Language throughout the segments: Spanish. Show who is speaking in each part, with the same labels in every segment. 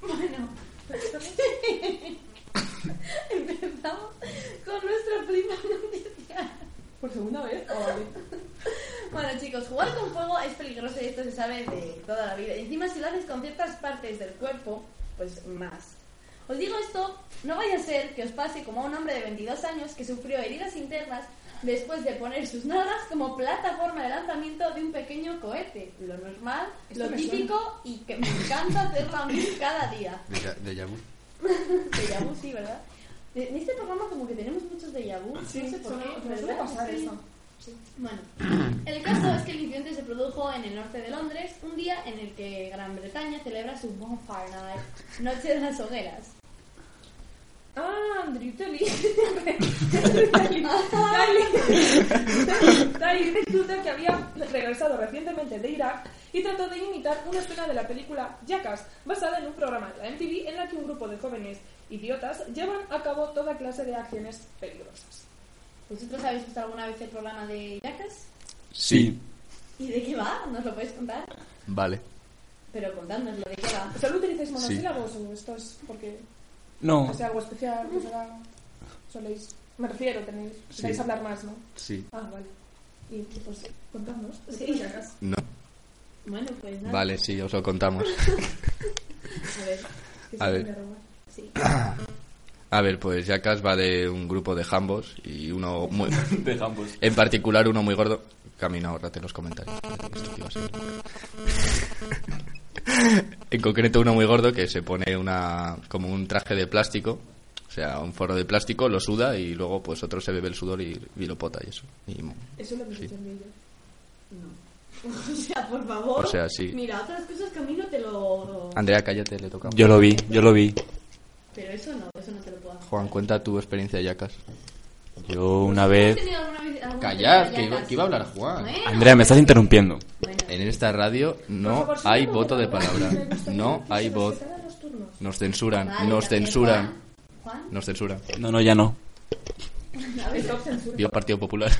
Speaker 1: Bueno, empezamos con nuestra prima noticia.
Speaker 2: ¿Por segunda vez? Ah, vale.
Speaker 1: Bueno, chicos, jugar con fuego es peligroso y esto se sabe de toda la vida. Y encima, si lo haces con ciertas partes del cuerpo, pues más. Os digo esto, no vaya a ser que os pase como a un hombre de 22 años que sufrió heridas internas después de poner sus nalgas como plataforma de lanzamiento de un pequeño cohete. Lo normal,
Speaker 2: Esto
Speaker 1: lo
Speaker 2: me
Speaker 1: típico y que me encanta hacerlo a mí cada día.
Speaker 3: De Yabu.
Speaker 1: De Yabú, sí, ¿verdad? De- En este programa como que tenemos muchos de Yabú. no sé por
Speaker 2: suele-
Speaker 1: qué.
Speaker 2: me suele
Speaker 1: ¿verdad?
Speaker 2: pasar
Speaker 1: Sí.
Speaker 2: eso.
Speaker 1: Bueno, el caso es que el incidente se produjo en el norte de Londres, un día en el que Gran Bretaña celebra su Bonfire Night, Noche de las Hogueras.
Speaker 2: Ah, Andrew Tully. Tully. Tully resulta que había regresado recientemente de Irak y trató de imitar una escena de la película Jackass, basada en un programa de la MTV en la que un grupo de jóvenes idiotas llevan a cabo toda clase de acciones peligrosas.
Speaker 1: ¿Vosotros habéis visto alguna vez el programa de Jackass?
Speaker 3: Sí.
Speaker 1: ¿Y de qué va? ¿Nos lo podéis contar?
Speaker 3: Vale.
Speaker 1: Pero contádnoslo, ¿de qué va?
Speaker 2: ¿Solo utilizáis
Speaker 3: Sí.
Speaker 2: monosílabos o esto es porque
Speaker 4: No,
Speaker 2: hace algo especial que os haga- soléis? Me refiero, tenéis,
Speaker 3: Sí.
Speaker 2: vais a hablar más, ¿no?
Speaker 3: Sí.
Speaker 2: Ah, vale. Y pues contadnos.
Speaker 1: Sí.
Speaker 2: ¿qué Jackass?
Speaker 3: No.
Speaker 1: Bueno, pues nada.
Speaker 3: Vale, sí, os lo contamos.
Speaker 1: A ver,
Speaker 2: que se
Speaker 3: A ver.
Speaker 2: puede robar.
Speaker 1: sí.
Speaker 3: A ver, pues Jackass va de un grupo de jambos y uno muy...
Speaker 4: de Jambos.
Speaker 3: En particular uno muy gordo. Camino, ahorrate los comentarios. Esto iba a ser. en concreto uno muy gordo que se pone una como un traje de plástico. O sea, un forro de plástico, lo suda y luego pues otro se bebe el sudor y, y lo pota y eso. Y mo-
Speaker 2: Eso es lo que
Speaker 3: Sí.
Speaker 2: se entendí yo.
Speaker 1: No. O sea, por favor.
Speaker 3: O sea, sí.
Speaker 1: Mira, otras cosas camino te lo...
Speaker 3: Andrea, cállate, le toca.
Speaker 4: Yo lo vi, yo lo vi.
Speaker 1: Pero eso no, eso no te lo puedo hacer.
Speaker 3: Juan, cuenta tu experiencia de Jackass.
Speaker 4: Yo una vez...
Speaker 1: ¿Has tenido alguna vez- alguna
Speaker 3: Callar,
Speaker 1: vez
Speaker 3: que iba,
Speaker 1: Jackass?
Speaker 3: que iba a hablar Juan.
Speaker 1: Bueno,
Speaker 4: Andrea, me estás interrumpiendo.
Speaker 1: bueno.
Speaker 3: En esta radio no
Speaker 2: Por favor,
Speaker 3: hay
Speaker 2: sigue con
Speaker 3: voto
Speaker 2: la
Speaker 3: de
Speaker 2: palabra.
Speaker 3: palabra.
Speaker 2: Me gusta
Speaker 3: No
Speaker 2: que
Speaker 3: hay
Speaker 2: se nos
Speaker 3: voz.
Speaker 2: separan los turnos.
Speaker 3: Nos censuran,
Speaker 1: Vale,
Speaker 3: nos
Speaker 1: también,
Speaker 3: censuran,
Speaker 1: Juan, Juan,
Speaker 3: nos censuran.
Speaker 4: No, no, ya no.
Speaker 1: a ver,
Speaker 2: Stop censura.
Speaker 3: Viva Partido Popular.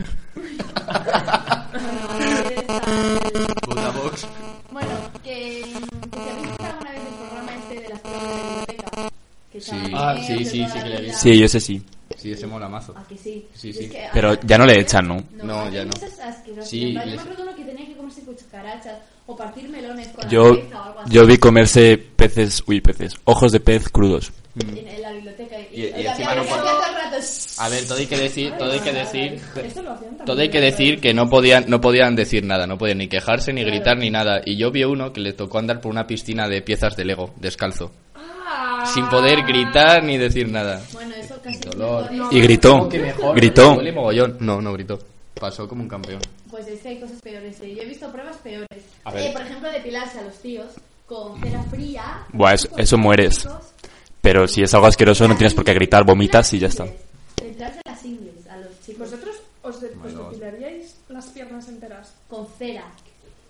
Speaker 3: Vota Vox.
Speaker 1: Bueno, que, que si habéis visto alguna vez el programa este de las pruebas de biblioteca. Que
Speaker 3: Sí.
Speaker 1: estaban
Speaker 3: Ah,
Speaker 1: ellos
Speaker 3: sí,
Speaker 1: de
Speaker 3: sí,
Speaker 1: toda
Speaker 3: sí
Speaker 1: la
Speaker 3: que le
Speaker 1: vida.
Speaker 3: vi.
Speaker 4: Sí, yo sé sí.
Speaker 3: Sí, ese mola mazo.
Speaker 1: Ah, que sí.
Speaker 3: Sí,
Speaker 1: Y es
Speaker 3: sí.
Speaker 1: que-
Speaker 4: Pero ya no le echan, ¿no?
Speaker 3: No, ya no.
Speaker 1: Cosas asquerosas.
Speaker 3: Sí,
Speaker 1: En plan, Yo
Speaker 3: les-
Speaker 1: me acuerdo uno que tenía que comerse cucarachas o partir melones con la
Speaker 4: Yo,
Speaker 1: cabeza o algo así.
Speaker 4: yo vi comerse peces, uy, peces, ojos de pez crudos.
Speaker 1: En, en la biblioteca. Y,
Speaker 3: Y- y
Speaker 1: o sea,
Speaker 3: encima
Speaker 1: había-
Speaker 3: no
Speaker 1: había
Speaker 3: pon-
Speaker 1: todo el rato.
Speaker 3: A ver, todo hay que decir, todo hay que decir.
Speaker 2: Eso lo hacían también.
Speaker 3: Todo hay que decir que no podían, no podían decir nada, no podían ni quejarse, ni gritar, ni nada. Y yo vi uno que le tocó andar por una piscina de piezas de Lego, descalzo.
Speaker 2: Ah.
Speaker 3: Sin poder gritar ni decir nada.
Speaker 1: Bueno, eso casi.
Speaker 3: Dolor.
Speaker 1: no-
Speaker 4: Y gritó,
Speaker 3: Oh, qué mejor.
Speaker 4: gritó.
Speaker 3: Duele mogollón. No, no gritó. Pasó como un campeón.
Speaker 1: Pues es que hay cosas peores. eh. Yo he visto pruebas peores.
Speaker 3: A ver.
Speaker 1: Eh, por ejemplo, depilarse a los tíos con cera fría.
Speaker 4: Buah, eso-
Speaker 1: con
Speaker 4: eso mueres.
Speaker 1: químicos.
Speaker 4: Pero si es algo asqueroso no tienes por qué gritar, vomitas y ya está.
Speaker 1: Depilarse las ingles a los chicos
Speaker 2: ¿Vosotros os, de- os
Speaker 3: God.
Speaker 2: depilaríais las piernas enteras?
Speaker 1: con cera.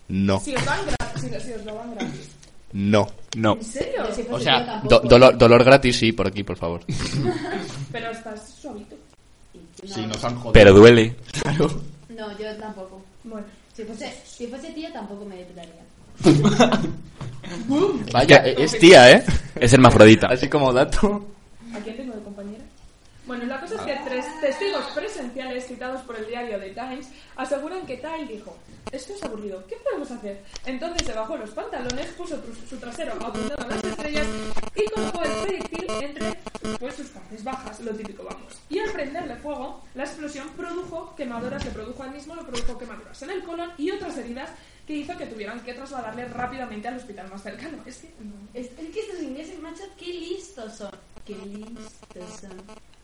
Speaker 3: No,
Speaker 2: Si os dan gratis. Si, si os lo dan gratis.
Speaker 3: no.
Speaker 4: No.
Speaker 2: ¿En serio?
Speaker 1: Yo si fuese
Speaker 3: O
Speaker 1: yo
Speaker 3: sea,
Speaker 1: tampoco.
Speaker 3: do- dolor, dolor gratis, sí, por aquí, por favor.
Speaker 2: Pero estás suavito.
Speaker 1: No,
Speaker 3: han jodido.
Speaker 4: Pero duele.
Speaker 3: Claro.
Speaker 1: no, yo tampoco.
Speaker 2: Bueno.
Speaker 1: Si fuese, si fuese tía, tampoco me depilaría.
Speaker 3: Vaya, eh, es tía, ¿eh?
Speaker 4: Es hermafrodita.
Speaker 3: Así como dato.
Speaker 2: ¿A quién tengo de compañera? Bueno, la cosa es que tres testigos presenciales citados por el diario The Times aseguran que Ty dijo, esto es aburrido, ¿qué podemos hacer? Entonces se bajó los pantalones, puso tru- su trasero apuntado a las estrellas y colocó el proyectil entre pues, sus partes bajas, lo típico vamos. Y al prenderle fuego, la explosión produjo quemaduras, le produjo al mismo, le produjo quemaduras en el colon y otras heridas que hizo que tuvieran que trasladarle rápidamente al hospital más cercano. Es que... no.
Speaker 1: Es, es que estos ingleses, macho, qué listos son. Qué listos son.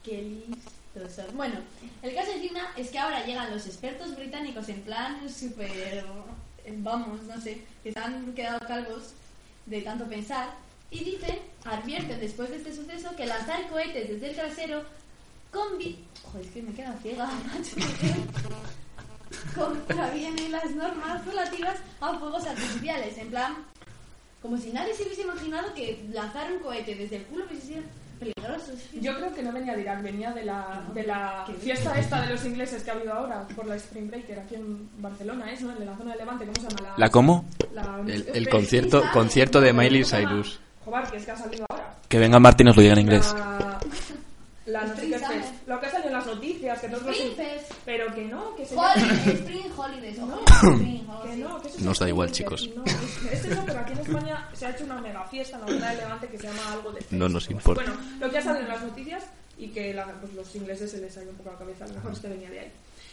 Speaker 1: Qué listos son. Bueno, el caso encima es que ahora llegan los expertos británicos en plan súper. Vamos, no sé, que se han quedado calvos de tanto pensar. Y dicen, advierten después de este suceso que lanzar cohetes desde el trasero convi. Joder, es que me quedo ciega, macho. que quedo- Contraviene las normas relativas a fuegos artificiales. En plan, como si nadie se hubiese imaginado que lanzar un cohete desde el culo hubiese sido peligroso.
Speaker 2: Yo creo que no venía de Irak, venía de la, de la
Speaker 1: Ah, ¿Qué?
Speaker 2: fiesta esta de los ingleses que ha habido ahora por la Spring Breaker aquí en Barcelona, ¿es? ¿no? En la zona de Levante, ¿cómo se llama?
Speaker 4: ¿La cómo?
Speaker 2: la-
Speaker 3: El, el concierto, concierto de Miley Cyrus.
Speaker 2: Joder, que es que ha salido ahora.
Speaker 4: Que venga Martín y nos lo diga en inglés.
Speaker 2: La, la no sé qué
Speaker 1: Spring
Speaker 2: fest.
Speaker 1: Summer.
Speaker 2: Lo que ha salido en las noticias, que no es lo
Speaker 1: Spring
Speaker 2: que-
Speaker 1: Fest.
Speaker 2: Pero que no, que se
Speaker 1: Holidays, Spring Holidays. o
Speaker 2: No.
Speaker 1: Spring
Speaker 2: Que
Speaker 1: Holidays.
Speaker 2: no, que eso
Speaker 3: Nos
Speaker 2: es
Speaker 3: da
Speaker 2: un
Speaker 3: igual,
Speaker 2: Twitter.
Speaker 3: chicos.
Speaker 2: No, es, este es eso, pero aquí en España se ha hecho una mega fiesta en la Boda de Levante que se llama algo de Fest.
Speaker 3: No nos importa.
Speaker 2: Bueno, lo que ha salido en las noticias y que la- pues, los ingleses se les salió un poco la cabeza, a lo mejor es que venía de ahí.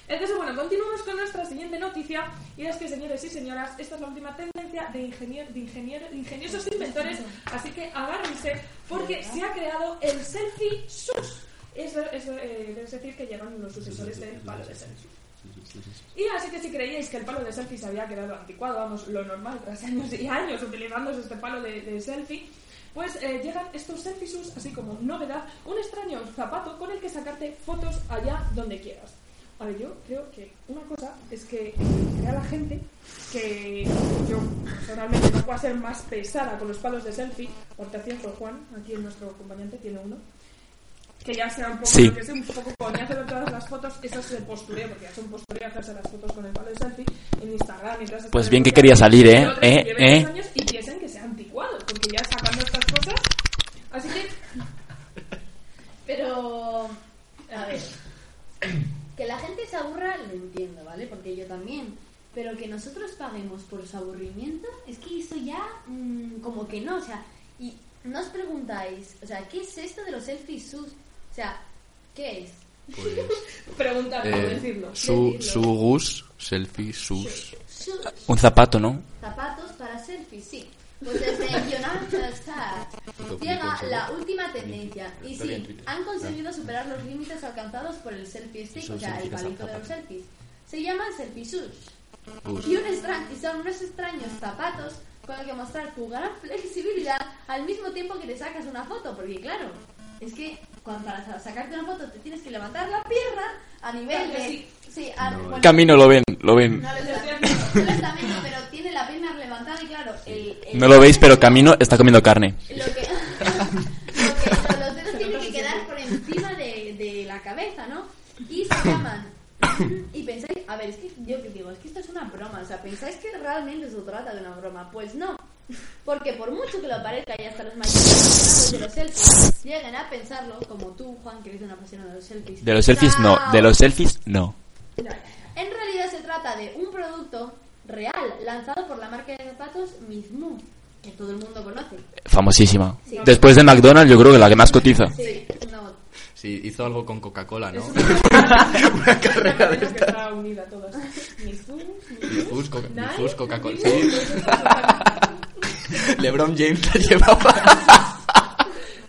Speaker 2: Entonces, bueno, continuamos con nuestra siguiente noticia y es que, señores y señoras, esta es la última tendencia de, ingenier- de ingenier- ingeniosos inventores, así que agárrense porque se ha creado el selfie sus. Es, es, eh, es decir, que llegan los sucesores del palo de selfie. Y así que si creíais que el palo de selfie se había quedado anticuado, vamos, lo normal, tras años y años utilizándose este palo de, de selfie, pues eh, llegan estos selfies, así como novedad, un extraño zapato con el que sacarte fotos allá donde quieras. A ver, yo creo que una cosa es que crea la gente que yo personalmente no pueda ser más pesada con los palos de selfie, porque cierto Juan, aquí nuestro acompañante tiene uno, que ya sea un poco,
Speaker 4: Sí.
Speaker 2: lo que sea un poco coñazo de todas las fotos, eso es el postureo, porque ya son postureo hacerse las fotos con el palo de selfie en Instagram y todas esas
Speaker 4: Pues bien que
Speaker 2: cosas.
Speaker 4: quería salir, ¿eh?
Speaker 2: Pero otros que lleven
Speaker 4: ¿Eh? ¿Eh?
Speaker 2: dos años Y piensan que sea anticuado, porque ya sacando estas cosas. Así que,
Speaker 1: Pero, a ver, que la gente se aburra lo entiendo, ¿vale? Porque yo también. Pero que nosotros paguemos por su aburrimiento, es que eso ya mm, como que no, o sea, y no os preguntáis, o sea, ¿qué es esto de los selfies sus? O sea, ¿qué es?
Speaker 3: Pues,
Speaker 2: preguntar, por
Speaker 3: Eh,
Speaker 2: decirlo.
Speaker 3: su, su gus, selfie, sus.
Speaker 1: Sus
Speaker 4: Un zapato, ¿no?
Speaker 1: zapatos para selfies, sí. Pues desde Jonathan Sachs llega la última tendencia. Y sí, han
Speaker 3: Ah.
Speaker 1: conseguido superar los límites alcanzados por el selfie stick, o sea, el palito de los selfies. Se llaman selfie shoes.
Speaker 3: Gus.
Speaker 1: Y, un extra- y son unos extraños zapatos con los que mostrar tu gran flexibilidad al mismo tiempo que te sacas una foto, porque claro, es que cuando para sa- sacarte una foto te tienes que levantar la pierna a nivel de...
Speaker 2: Sí.
Speaker 1: sí, a-
Speaker 3: No,
Speaker 1: bueno,
Speaker 4: Camino, lo ven, lo ven.
Speaker 1: no lo está no lo está viendo, pero tiene la pierna levantada y claro, el- el-
Speaker 4: No lo veis, pero Camino está comiendo carne.
Speaker 1: lo que, lo que- lo- los dedos tienen que quedar por encima de, de la cabeza, ¿no? Y se llaman. Y pensáis, a ver, es que yo que digo, es que esto es una broma, o sea, pensáis que realmente se trata de una broma, pues no. Porque por mucho que lo parezca y hasta los mayores aficionados de los selfies lleguen a pensarlo, como tú, Juan, que eres un apasionado de los selfies.
Speaker 4: De los selfies, no. De los selfies, no.
Speaker 1: No. En realidad se trata de un producto real lanzado por la marca de zapatos Mizmu, que todo el mundo conoce.
Speaker 4: Famosísima.
Speaker 1: Sí.
Speaker 4: Después de McDonald's, yo creo que la que más cotiza.
Speaker 1: Sí, no,
Speaker 3: Sí, hizo algo con Coca-Cola, ¿no?
Speaker 2: Es una- una cadena que está unida a todas. Ni sus, ni
Speaker 3: Sus, co-
Speaker 2: Nike,
Speaker 3: ni sus, Coca-Cola.
Speaker 2: ni sus,
Speaker 3: Sí.
Speaker 2: ni sus, Coca-Cola.
Speaker 3: LeBron James la llevaba.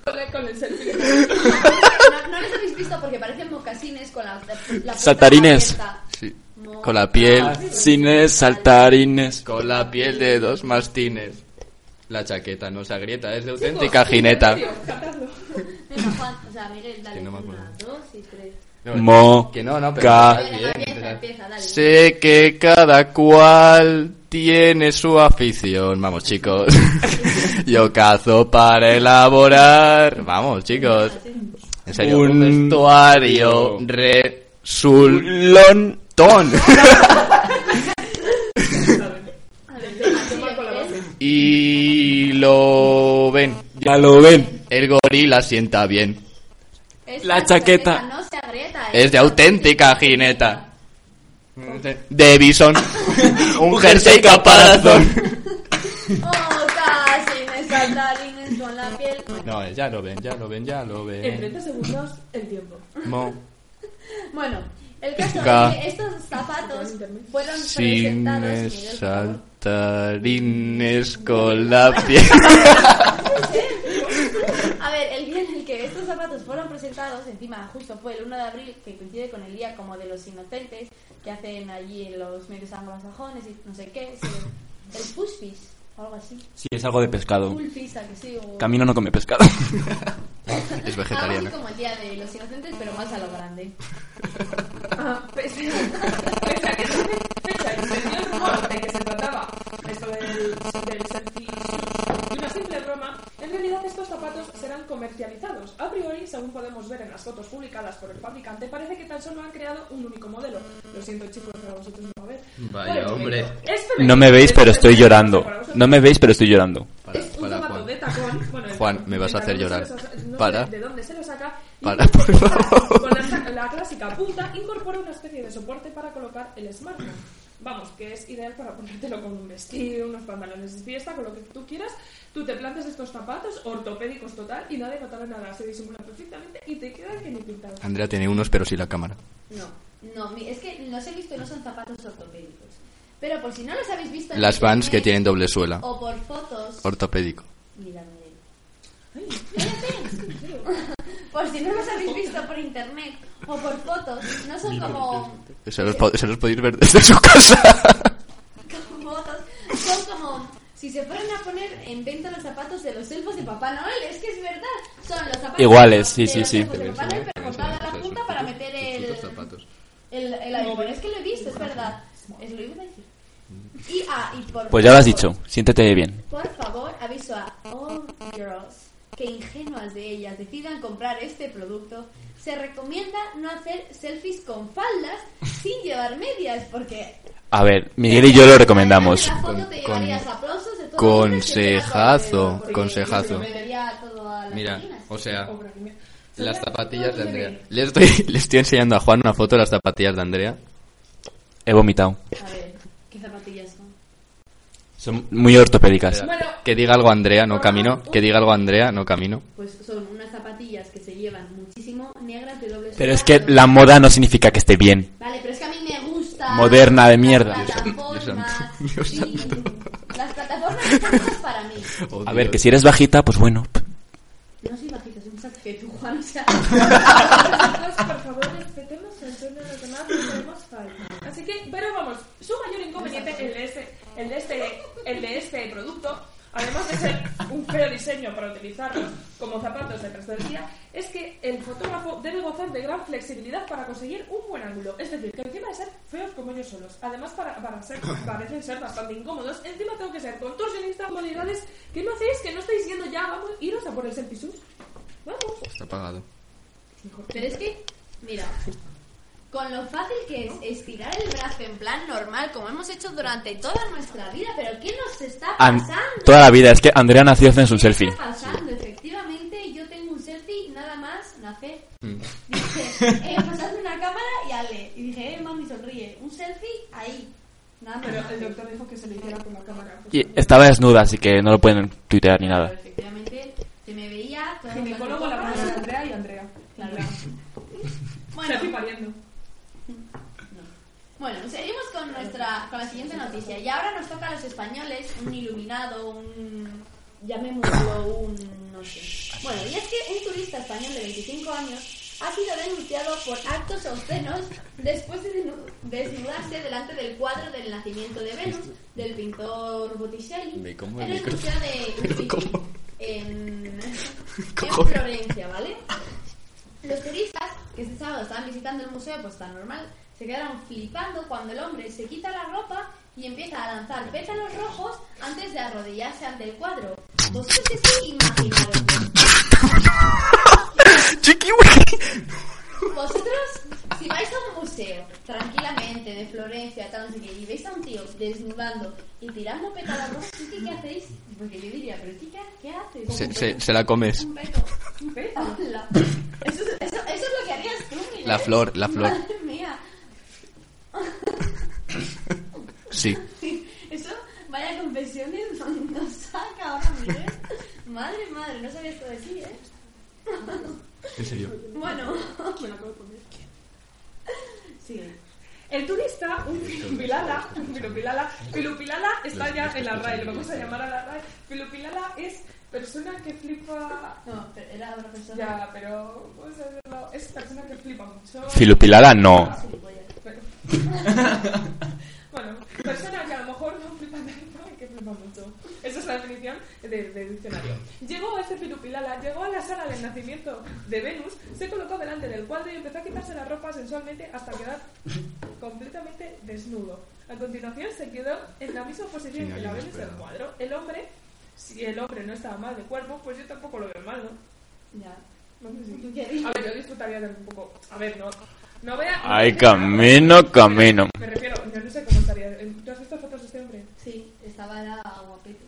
Speaker 2: Corre con el selfie.
Speaker 1: no, no les habéis visto porque parecen mocasines con la, la
Speaker 4: Saltarines.
Speaker 1: puerta
Speaker 3: Sí. Ah,
Speaker 1: abierta.
Speaker 3: Con la piel.
Speaker 4: Cines, saltarines.
Speaker 3: Con la piel de dos mastines. La chaqueta no se agrieta, es de auténtica jineta.
Speaker 2: Cantadlo.
Speaker 1: Venga, Juan, o sea, Miguel, dale
Speaker 3: Que no me
Speaker 1: una,
Speaker 3: acuerdo.
Speaker 1: dos y tres.
Speaker 4: Mo-
Speaker 3: Que no, no, pero.
Speaker 4: ca-
Speaker 3: empezad bien,
Speaker 1: Empieza,
Speaker 3: empezad.
Speaker 1: empieza, dale.
Speaker 3: Sé que cada cual tiene su afición. Vamos, chicos. Yo cazo para elaborar. Vamos, chicos. En serio, un,
Speaker 4: Un-
Speaker 3: vestuario resultón.
Speaker 1: A ver, venga, sí,
Speaker 2: Toma con la
Speaker 1: ¿ves?
Speaker 2: base.
Speaker 3: y lo ven.
Speaker 4: Ya lo ven.
Speaker 3: El gorila sienta bien.
Speaker 1: Esta
Speaker 4: La chaqueta.
Speaker 1: No se agrieta.
Speaker 3: Es de auténtica jineta. De bison. Un jersey caparazón.
Speaker 1: Oh, Mocasines, saltarines con la piel.
Speaker 3: No, ya lo ven, ya lo ven, ya lo
Speaker 2: En
Speaker 3: ven.
Speaker 2: 30 segundos, el tiempo.
Speaker 3: Mo.
Speaker 1: Bueno, el caso
Speaker 3: Ca-
Speaker 1: es que estos zapatos fueron presentados. Miguel,
Speaker 3: Cines,
Speaker 1: por favor.
Speaker 3: saltarines con la piel.
Speaker 1: A ver, el día en el que estos zapatos fueron presentados, encima justo fue el 1 de abril, que coincide con el día como de los inocentes, que hacen allí en los medios anglosajones y no sé qué, se- el pushfish, o algo así.
Speaker 4: Sí, es algo de
Speaker 3: Oh.
Speaker 4: pescado.
Speaker 1: Pulpis, a que sí, o...
Speaker 4: Camino no come pescado.
Speaker 3: Es
Speaker 1: Algo así
Speaker 3: vegetariana.
Speaker 1: como el día de los inocentes, pero más a lo grande.
Speaker 2: Ah, pese, pese a que se fecha el señor rumor de que se trataba esto del, del selfie de una simple broma, en realidad estos zapatos serán comercializados. A priori, según podemos ver en las fotos publicadas por el fabricante, parece que tan solo han creado un único modelo. Lo siento, chicos, pero vosotros no lo veis.
Speaker 3: Vaya,
Speaker 2: Por el
Speaker 3: hombre.
Speaker 2: momento, es femenino,
Speaker 4: No me veis, pero
Speaker 2: es
Speaker 4: estoy
Speaker 2: femenino,
Speaker 4: llorando.
Speaker 2: para vosotros
Speaker 4: No me veis, pero estoy llorando.
Speaker 3: Para-
Speaker 2: es un
Speaker 3: para
Speaker 2: zapato
Speaker 3: Juan.
Speaker 2: este de tacón, bueno,
Speaker 3: Juan, me vas a hacer llorar.
Speaker 2: No sé
Speaker 3: Para.
Speaker 2: ¿De dónde se lo saca? y
Speaker 3: Para, por favor.
Speaker 2: Con la, sa- la clásica punta incorpora una especie de soporte para colocar el smartphone. Vamos, que es ideal para ponértelo con un vestido, unos pantalones de fiesta, con lo que tú quieras. Tú te plantas estos zapatos ortopédicos total y nadie notará nada. Se disimula perfectamente y te quedan que ni pintado.
Speaker 3: Andrea tiene unos, pero sí la cámara.
Speaker 1: No, no, mi- es que los he visto y no son zapatos ortopédicos. Pero por si no los habéis visto... en
Speaker 3: Las
Speaker 1: internet
Speaker 3: vans que tienen doble suela.
Speaker 1: O por fotos...
Speaker 3: Ortopédico.
Speaker 1: Miradme.
Speaker 2: Ay,
Speaker 1: Por si no los habéis visto por internet o por fotos, no son como,
Speaker 3: Se los, po- se los podéis ver desde su casa.
Speaker 1: como fotos, son como si se fueran a poner en venta los zapatos de los elfos de Papá Noel. Es que es verdad, son los zapatos
Speaker 4: Iguales,
Speaker 1: de
Speaker 4: sí,
Speaker 1: los- de
Speaker 4: sí,
Speaker 1: los
Speaker 4: sí.
Speaker 1: elfos de Papá Noel, pero cortada la punta para meter el, el, el iPhone. Es que lo he visto, es verdad. Es lo iba a decir. Y, ah, y por
Speaker 4: Pues ya lo has
Speaker 1: favor,
Speaker 4: dicho, siéntete bien.
Speaker 1: Por favor, aviso a all girls que ingenuas de ellas decidan comprar este producto. Se recomienda no hacer selfies con faldas sin llevar medias porque
Speaker 4: A ver, Miguel y yo lo recomendamos.
Speaker 1: además de la foto
Speaker 3: Con-
Speaker 1: te
Speaker 3: con-
Speaker 1: llevarías aplausos de todo
Speaker 3: Consejazo,
Speaker 1: el mundo, porque
Speaker 3: consejazo.
Speaker 1: yo me metería todo a las vecinas.
Speaker 3: sea,
Speaker 2: obra mía.
Speaker 3: las zapatillas de
Speaker 2: Todo tiene
Speaker 3: Andrea. Le estoy, le estoy enseñando a Juan una foto de las zapatillas de Andrea.
Speaker 4: He vomitado.
Speaker 1: A ver, ¿qué zapatillas son?
Speaker 4: Son muy ortopédicas.
Speaker 2: Bueno.
Speaker 3: Que diga algo Andrea, no camino. Que diga algo Andrea, no camino.
Speaker 1: Pues son unas zapatillas que se llevan muchísimo, negras de doble
Speaker 4: Pero es
Speaker 1: suela.
Speaker 4: que la moda no significa que esté bien.
Speaker 1: Vale, pero es que a mí me gusta.
Speaker 4: Moderna de mierda.
Speaker 1: Las
Speaker 3: Dios santo,
Speaker 1: plataformas.
Speaker 3: Dios
Speaker 1: sí,
Speaker 3: santo.
Speaker 1: Las plataformas están hechas para mí.
Speaker 4: A ver, que si eres bajita, pues bueno. p-
Speaker 1: No soy bajita, soy más alta que tú, Juan. O sea,
Speaker 2: Chicos, por favor, respetemos el sueño de los demás, no tenemos falta. Así que, pero vamos, su mayor inconveniente, el de este, el de este, el de este producto, además de ser un feo diseño para utilizarlo como zapatos de resto del día, es que el fotógrafo debe gozar de gran flexibilidad para conseguir un buen ángulo. Es decir, que encima de ser feos como ellos solos, además para, para ser, parecen ser bastante incómodos, encima tengo que ser contorsionista, modalidades que no hacéis, que no estáis yendo ya, vamos, iros a por el selfie sus. Vamos.
Speaker 3: Está apagado.
Speaker 1: pero es que, mira, con lo fácil que es estirar el brazo en plan normal, como hemos hecho durante toda nuestra vida, pero ¿qué nos está
Speaker 4: an-
Speaker 1: pasando?
Speaker 4: toda la vida, es que Andrea nació haciendo un
Speaker 1: ¿Qué
Speaker 4: selfie.
Speaker 1: está pasando? Efectivamente, yo tengo un selfie nada más nacer.
Speaker 4: Mm.
Speaker 1: Dije, eh, pasando una cámara y ale. Y dije, eh, mami, sonríe. Un selfie ahí. Nada más.
Speaker 2: Pero el
Speaker 1: nacer.
Speaker 2: doctor dijo que se le hiciera con la cámara.
Speaker 4: Y estaba desnuda, así que no lo pueden tuitear ni nada.
Speaker 1: Pero efectivamente, se me veía toda la
Speaker 2: Ginecólogo, la
Speaker 1: plataforma.
Speaker 2: mano de Andrea y Andrea.
Speaker 1: Claro.
Speaker 2: Bueno. Estoy
Speaker 1: Bueno,
Speaker 2: pariendo.
Speaker 1: bueno, seguimos con nuestra con la siguiente noticia. Y ahora nos toca a los españoles un iluminado, un llamémoslo un no sé. Bueno, y es que un turista español de 25 años ha sido denunciado por actos obscenos después de denu- desnudarse delante del cuadro del nacimiento de Venus del pintor Botticelli
Speaker 3: Me como el
Speaker 1: en el
Speaker 3: micro.
Speaker 1: museo de
Speaker 3: Pero
Speaker 1: Uffizi,
Speaker 3: ¿cómo?
Speaker 1: en, en
Speaker 3: ¿Cómo?
Speaker 1: Florencia, ¿vale? Los turistas que este sábado estaban visitando el museo, pues tan normal, se quedaron flipando cuando el hombre se quita la ropa y empieza a lanzar pétalos rojos antes de arrodillarse ante el cuadro. ¿Vosotros qué se imaginaron? Vosotros, si vais a un museo tranquilamente de Florencia, tal, no sé qué, y veis a un tío desnudando y tirando pétalos rojos, ¿sí que qué hacéis? Porque yo diría, ¿pero sí qué, qué haces?
Speaker 3: Se, se- se la comes.
Speaker 1: Un peto.
Speaker 2: Un pedo.
Speaker 1: Hola. Eso, es- eso- eso es lo que harías tú, Miguel.
Speaker 3: La flor, la flor.
Speaker 1: Madre mía.
Speaker 3: Sí.
Speaker 1: Eso, vaya confesiones, nos saca ahora, Miguel. Madre, madre, no sabía esto de ti, ¿eh?
Speaker 3: En serio.
Speaker 1: Bueno,
Speaker 2: Me lo acabo de poner.
Speaker 1: sí.
Speaker 2: El turista, un filupilala, un filupilala, filupilala está ya en la RAE, lo vamos a llamar a la RAE. Filupilala es persona que flipa...
Speaker 1: No, pero era otra persona.
Speaker 2: Ya, pero... ¿Cómo se llama? Es persona que flipa mucho.
Speaker 4: Filupilala, no.
Speaker 2: Pero- bueno, persona que a lo mejor no flipa tanto y que flipa mucho. Esa es la definición de, de diccionario. Llegó este Filupilala, llegó a la sala del nacimiento de Venus, se colocó delante del cuadro y empezó a quitarse la ropa sensualmente hasta quedar completamente desnudo. A continuación se quedó en la misma posición
Speaker 3: Sí,
Speaker 2: que
Speaker 3: ahí
Speaker 2: la
Speaker 3: me
Speaker 2: Venus del
Speaker 3: espera.
Speaker 2: cuadro. El hombre, si el hombre no estaba mal de cuerpo, pues yo tampoco lo veo mal, ¿no?
Speaker 1: Ya.
Speaker 2: No sé si-
Speaker 1: ¿Tú qué dices?
Speaker 2: a ver, yo disfrutaría de un poco. A ver, no. No vea.
Speaker 4: Ay, camino, camino.
Speaker 2: Me eh, refiero, yo no sé cómo estaría. ¿Tú has visto fotos de este hombre?
Speaker 1: Sí, estaba era guapete.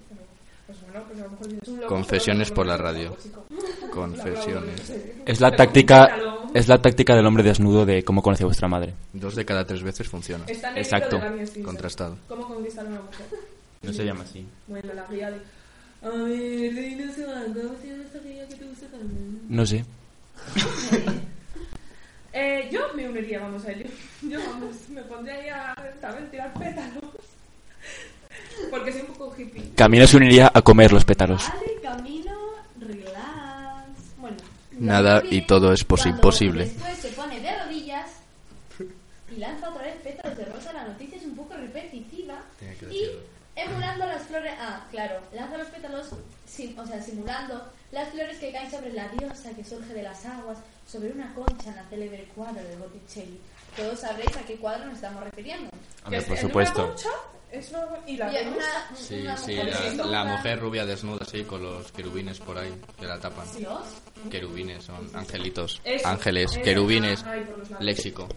Speaker 2: Pues no, ¿no? Pues a lo mejor dices, un loco,
Speaker 3: Confesiones
Speaker 2: un
Speaker 3: por la
Speaker 2: loco, un
Speaker 3: radio.
Speaker 2: loco, chico.
Speaker 3: Confesiones.
Speaker 4: Es la
Speaker 2: Pero
Speaker 4: táctica,
Speaker 2: cuéntalo.
Speaker 4: es la táctica del hombre desnudo de cómo conoce a vuestra madre.
Speaker 3: Dos de cada tres veces funciona.
Speaker 2: Está en el
Speaker 4: Exacto.
Speaker 2: libro de Gary Stevenson.
Speaker 3: Contrastado.
Speaker 2: ¿Cómo conquistar a una mujer?
Speaker 4: No se llama así.
Speaker 2: Bueno, la guía de... A ver, y no sé, ¿cómo se llama esta guía que te gusta también?
Speaker 4: No sé.
Speaker 2: Eh, yo me uniría, vamos a ello. Yo, vamos, me pondría ahí a también tirar pétalos. Porque soy un poco hippie.
Speaker 4: Camino se uniría a comer los pétalos.
Speaker 1: Vale, camino, relax. Bueno.
Speaker 3: Nada
Speaker 1: lo que
Speaker 3: y
Speaker 1: viene
Speaker 3: todo es posi-
Speaker 1: cuando
Speaker 3: posible.
Speaker 1: Después se pone de rodillas y lanza otra vez pétalos de rosa. La noticia es un poco repetitiva.
Speaker 3: Tenía que
Speaker 1: Y
Speaker 3: decirlo.
Speaker 1: emulando las flores. Ah, claro. Lanza los pétalos, sim- o sea, simulando las flores que caen sobre la diosa que surge de las aguas, sobre una concha en la célebre cuadro de Botticelli. Todos sabréis a qué cuadro nos estamos refiriendo.
Speaker 4: Hombre,
Speaker 2: Que
Speaker 4: por
Speaker 2: es en
Speaker 4: supuesto.
Speaker 2: Una concha, es una- y la
Speaker 1: Y hay
Speaker 2: rosa.
Speaker 1: una,
Speaker 3: Sí,
Speaker 1: una
Speaker 3: sí,
Speaker 1: mujer
Speaker 3: la,
Speaker 1: desnuda.
Speaker 3: la mujer rubia desnuda, sí, con los querubines por ahí, que la tapan.
Speaker 1: Dios.
Speaker 3: Querubines, son angelitos.
Speaker 2: Eso.
Speaker 3: Ángeles,
Speaker 2: Eso.
Speaker 3: querubines,
Speaker 2: Ay, por los lados.
Speaker 3: léxico.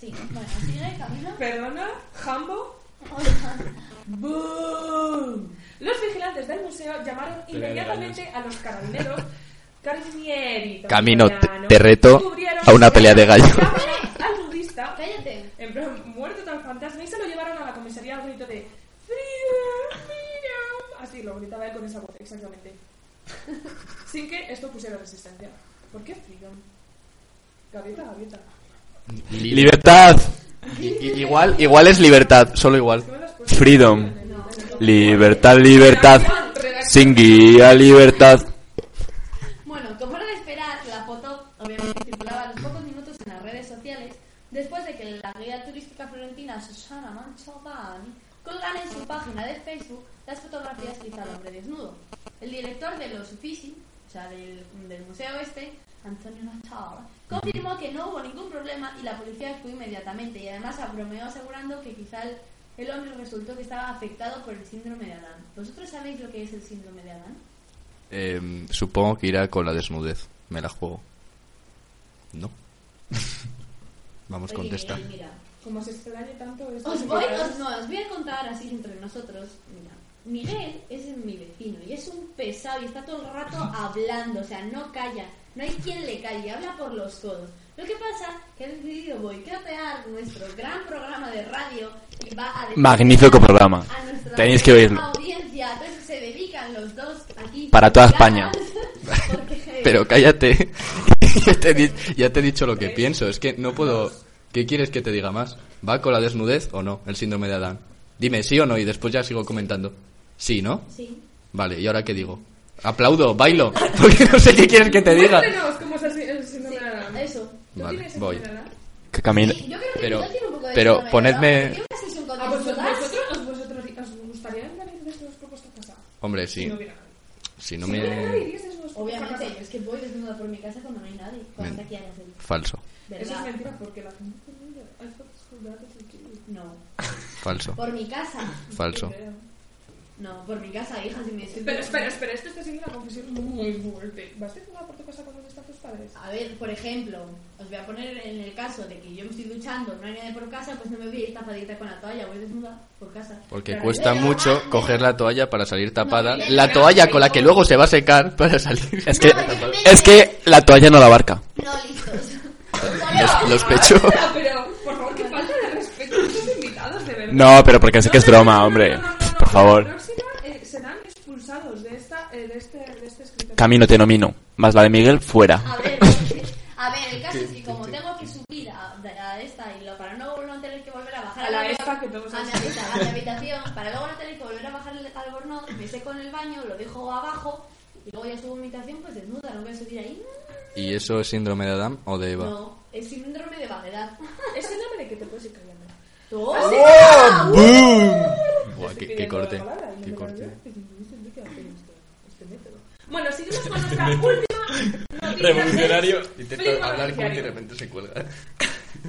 Speaker 1: Sí, bueno, así viene el camino.
Speaker 2: Perdona, Hambo. ¡Boom! Los vigilantes del museo llamaron inmediatamente a los carabineros. Carabinieri.
Speaker 3: Camino,
Speaker 2: italiano,
Speaker 3: te- te reto
Speaker 2: descubrieron
Speaker 3: a una pelea de gallos.
Speaker 2: Al nudista,
Speaker 1: Cállate.
Speaker 2: en plan, muerto tan fantasma, y se lo llevaron a la comisaría al grito de ¡Frida! ¡Frida! Así lo gritaba él con esa voz, exactamente. Sin que esto pusiera resistencia. ¿Por qué Frida? Gaviota, gaviota.
Speaker 4: ¡Libertad!
Speaker 3: I- i- Igual, igual es libertad, solo igual.
Speaker 2: ¿Qué me lo has puesto?
Speaker 4: Freedom. Libertad, libertad. Sin guía, libertad.
Speaker 1: Bueno, como era de esperar, la foto obviamente circulaba a los pocos minutos en las redes sociales después de que la guía turística florentina Susana Mantovani colgara en su página de Facebook las fotografías que hizo al hombre desnudo. El director de los Uffizi, o sea, del, del museo este, Antonio Natal, confirmó que no hubo ningún problema y la policía actuó inmediatamente y además bromeó asegurando que quizá el, el hombre resultó que estaba afectado por el síndrome de Adán. ¿Vosotros sabéis lo que es el síndrome de Adán?
Speaker 3: Eh, supongo que irá con la desnudez. Me la juego. No. Vamos,
Speaker 1: Oye,
Speaker 3: contesta.
Speaker 1: Miguel, mira,
Speaker 2: Como se extraña tanto esto.
Speaker 1: Os voy, os, no, os voy a contar así entre nosotros. Mira, Miguel es mi vecino y es un pesado y está todo el rato hablando, o sea, no calla. No hay quien le calle, habla por los codos. Lo que pasa que ha decidido boicotear nuestro gran programa de radio y va a decir-
Speaker 4: Magnífico programa.
Speaker 1: a nuestra
Speaker 4: Tenéis que oírlo.
Speaker 1: audiencia. Entonces se dedican los dos aquí
Speaker 4: Para toda España.
Speaker 1: Porque-
Speaker 3: Pero cállate. ya, te he, di- ya te he dicho lo que pienso. Es que no puedo. ¿Qué quieres que te diga más? ¿Va con la desnudez o no? El síndrome de Adán. Dime sí o no y después ya sigo comentando. Sí, ¿no?
Speaker 1: Sí.
Speaker 3: Vale, ¿y ahora qué digo? Aplaudo, bailo, porque no sé qué quieres que te diga.
Speaker 2: Cuéntenos cómo es el- el síndrome de Down.
Speaker 1: Eso.
Speaker 2: ¿Tú
Speaker 3: Vale,
Speaker 2: tienes el
Speaker 3: voy.
Speaker 2: síndrome de Down?
Speaker 4: Que camino.
Speaker 1: Sí, yo creo que
Speaker 3: Pero-
Speaker 1: Miguel tiene un poco de ¿eh?
Speaker 3: pero
Speaker 1: síndrome de
Speaker 3: ponedme-
Speaker 1: Down, porque tiene una sesión con
Speaker 2: ¿A Ah, vosotros,
Speaker 1: desnudas.
Speaker 2: vosotros, vosotros os gustaría venir desde los grupos a casa?
Speaker 3: Hombre,
Speaker 2: Si
Speaker 3: sí.
Speaker 2: no hubiera nadie.
Speaker 3: Si
Speaker 2: Si no
Speaker 3: no
Speaker 2: hubiera nadie,
Speaker 3: me.
Speaker 2: irías desde los grupos a
Speaker 1: Obviamente, yo
Speaker 2: casa.
Speaker 1: es que voy desnuda por mi casa cuando no hay nadie. Cuando
Speaker 3: Men-
Speaker 1: está aquí a la gente.
Speaker 3: Falso,
Speaker 2: Eso es
Speaker 1: ¿Verdad?
Speaker 2: mentira porque la gente con ella, I thought school that was okay.
Speaker 1: No.
Speaker 3: falso,
Speaker 1: Por mi casa.
Speaker 3: falso.
Speaker 1: No, por mi casa, hija, si me estoy...
Speaker 2: Pero espera, espera, esto está siendo una confesión muy fuerte. ¿Vas a por tu casa cuando están tus padres?
Speaker 1: A ver, por ejemplo, os voy a poner en el caso de que yo me estoy duchando, no hay nadie por casa, pues no me voy a ir tapadita con la toalla, voy desnuda por casa.
Speaker 3: Porque
Speaker 2: Claro.
Speaker 3: cuesta mucho coger la toalla para salir tapada.
Speaker 1: No,
Speaker 3: La
Speaker 2: no,
Speaker 3: toalla
Speaker 2: no,
Speaker 3: con la que
Speaker 2: no.
Speaker 3: luego se va a secar para salir.
Speaker 4: Es que,
Speaker 1: No,
Speaker 4: es que la toalla no la abarca.
Speaker 1: No, listos.
Speaker 3: Los, los pechos.
Speaker 2: Ah, Pero, por favor, que falta de respeto a estos invitados, de verdad.
Speaker 4: No, pero porque sé que es
Speaker 2: No, no,
Speaker 4: broma,
Speaker 2: no, no,
Speaker 4: hombre.
Speaker 2: no, no, no, no.
Speaker 4: Por
Speaker 2: La
Speaker 4: favor.
Speaker 2: próxima, eh, serán expulsados de, esta, eh, de, este, de este escritorio.
Speaker 4: Camino te nomino. Más la de Miguel, fuera.
Speaker 1: A ver, a ver, el caso es que como tengo que subir a, a esta y lo- para no volver a tener que volver a bajar
Speaker 2: A la
Speaker 1: al
Speaker 2: esta
Speaker 1: albornoz,
Speaker 2: que todos
Speaker 1: a mi,
Speaker 2: hacen.
Speaker 1: habita- a mi habitación, para luego no tener que volver a bajar el albornoz, me seco en el baño, lo dejo abajo y luego ya subo a mi habitación pues desnuda, no voy a subir ahí.
Speaker 3: ¿Y eso es síndrome de Adam o de Eva?
Speaker 1: No, es síndrome de vaguedad.
Speaker 2: Es síndrome de Ah, que te puedes ir callando.
Speaker 1: Todo.
Speaker 3: Buah, qué,
Speaker 2: Estoy
Speaker 3: qué
Speaker 2: pidiendo
Speaker 3: corte.
Speaker 2: la palabra y no me
Speaker 3: Qué
Speaker 2: la
Speaker 3: corte.
Speaker 2: das, y me dicen, "Yo qué hago con este- este método". Bueno, seguimos con nuestra
Speaker 3: Este
Speaker 2: última noticia. Flip revolucionario.
Speaker 3: se cuelga.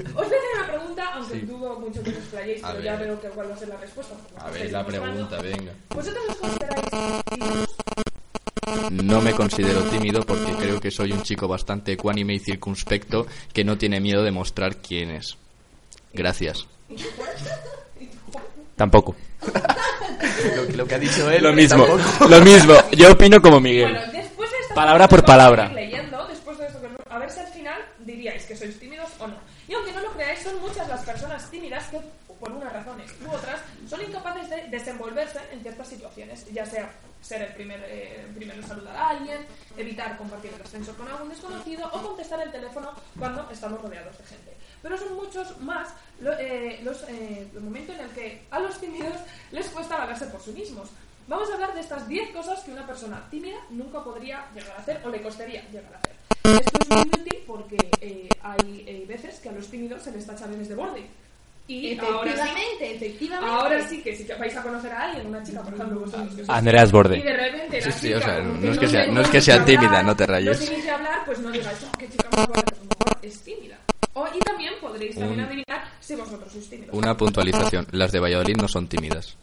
Speaker 2: Os voy a hacer una pregunta, aunque
Speaker 3: Sí.
Speaker 2: dudo mucho que os explayéis,
Speaker 3: A
Speaker 2: pero ya
Speaker 3: ver.
Speaker 2: veo que cuál va a ser la respuesta. porque
Speaker 3: A
Speaker 2: os
Speaker 3: ver,
Speaker 2: estáis
Speaker 3: la
Speaker 2: demostrando.
Speaker 3: pregunta, venga.
Speaker 2: ¿Vosotros os consideráis tímidos?
Speaker 3: No me considero tímido porque creo que soy un chico bastante ecuánime y circunspecto que no tiene miedo de mostrar quién es. Gracias.
Speaker 4: Tampoco.
Speaker 3: Lo, lo que ha dicho él.
Speaker 4: Lo mismo,
Speaker 3: Eh, tampoco.
Speaker 4: lo mismo. Yo opino como Miguel.
Speaker 2: Bueno, después de esta
Speaker 4: Palabra
Speaker 2: parte
Speaker 4: por
Speaker 2: vamos a
Speaker 4: palabra.
Speaker 2: seguir leyendo, después de esto que- a ver si al final diríais que sois tímidos o no. Y aunque no lo creáis, son muchas las personas tímidas que, por unas razones u otras, son incapaces de desenvolverse en ciertas situaciones, ya sea ser el primer, eh, primero en saludar a alguien, evitar compartir el ascensor con algún desconocido o contestar el teléfono cuando estamos rodeados de gente. Pero son muchos más lo- eh, los, eh, los momentos en el que a los tímidos les cuesta valerse por sí mismos. Vamos a hablar de estas 10 cosas que una persona tímida nunca podría llegar a hacer o le costaría llegar a hacer. Esto es muy útil porque eh, hay eh, veces que a los tímidos se les tachan desde borde. Y ahora sí,
Speaker 1: Efectivamente, efectivamente.
Speaker 2: ahora sí que si vais a conocer a alguien, una chica, por ejemplo, vosotros que sois
Speaker 3: Ah,
Speaker 4: Andreas
Speaker 2: y de
Speaker 4: Borde.
Speaker 2: repente la
Speaker 3: Sí, sí,
Speaker 2: chica,
Speaker 3: o sea,
Speaker 2: como
Speaker 3: no es que sea-
Speaker 2: te
Speaker 3: no es que
Speaker 2: gusta
Speaker 3: sea tímida,
Speaker 2: hablar,
Speaker 3: no te rayes.
Speaker 2: No te inicia a hablar, pues no digáis, "Oh, qué chica más guapa", pues a lo mejor es tímida. O, y también podréis también
Speaker 3: Un-
Speaker 2: adivinar si vosotros sois tímidos.
Speaker 3: Una puntualización. Las de Valladolid no son tímidas.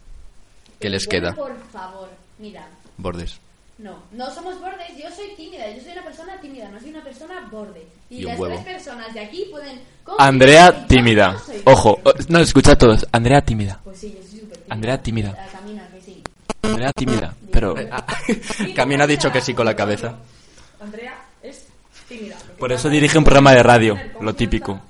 Speaker 3: ¿Qué les
Speaker 1: Bueno,
Speaker 3: queda?
Speaker 1: Por favor, mira.
Speaker 3: Bordes.
Speaker 1: No, no somos bordes, yo soy tímida, yo soy una persona tímida, no soy una persona borde. Y,
Speaker 3: Y un
Speaker 1: las
Speaker 3: huevo.
Speaker 1: tres personas de aquí pueden... confirmar que
Speaker 4: Andrea
Speaker 1: yo
Speaker 4: tímida.
Speaker 1: no soy
Speaker 4: Ojo,
Speaker 1: borde.
Speaker 4: no, escucha a todos. Andrea tímida.
Speaker 1: Pues sí, yo soy súper tímida.
Speaker 4: Andrea tímida.
Speaker 1: Ah, Camina, que sí.
Speaker 4: Andrea tímida. Pero ah,
Speaker 3: Camino ha dicho que sí con la cabeza.
Speaker 2: Andrea es tímida. Lo que
Speaker 4: por
Speaker 2: pasa
Speaker 4: eso
Speaker 2: es
Speaker 4: dirige
Speaker 2: que
Speaker 4: un programa de radio,
Speaker 2: tener
Speaker 4: lo
Speaker 2: confianza,
Speaker 4: típico.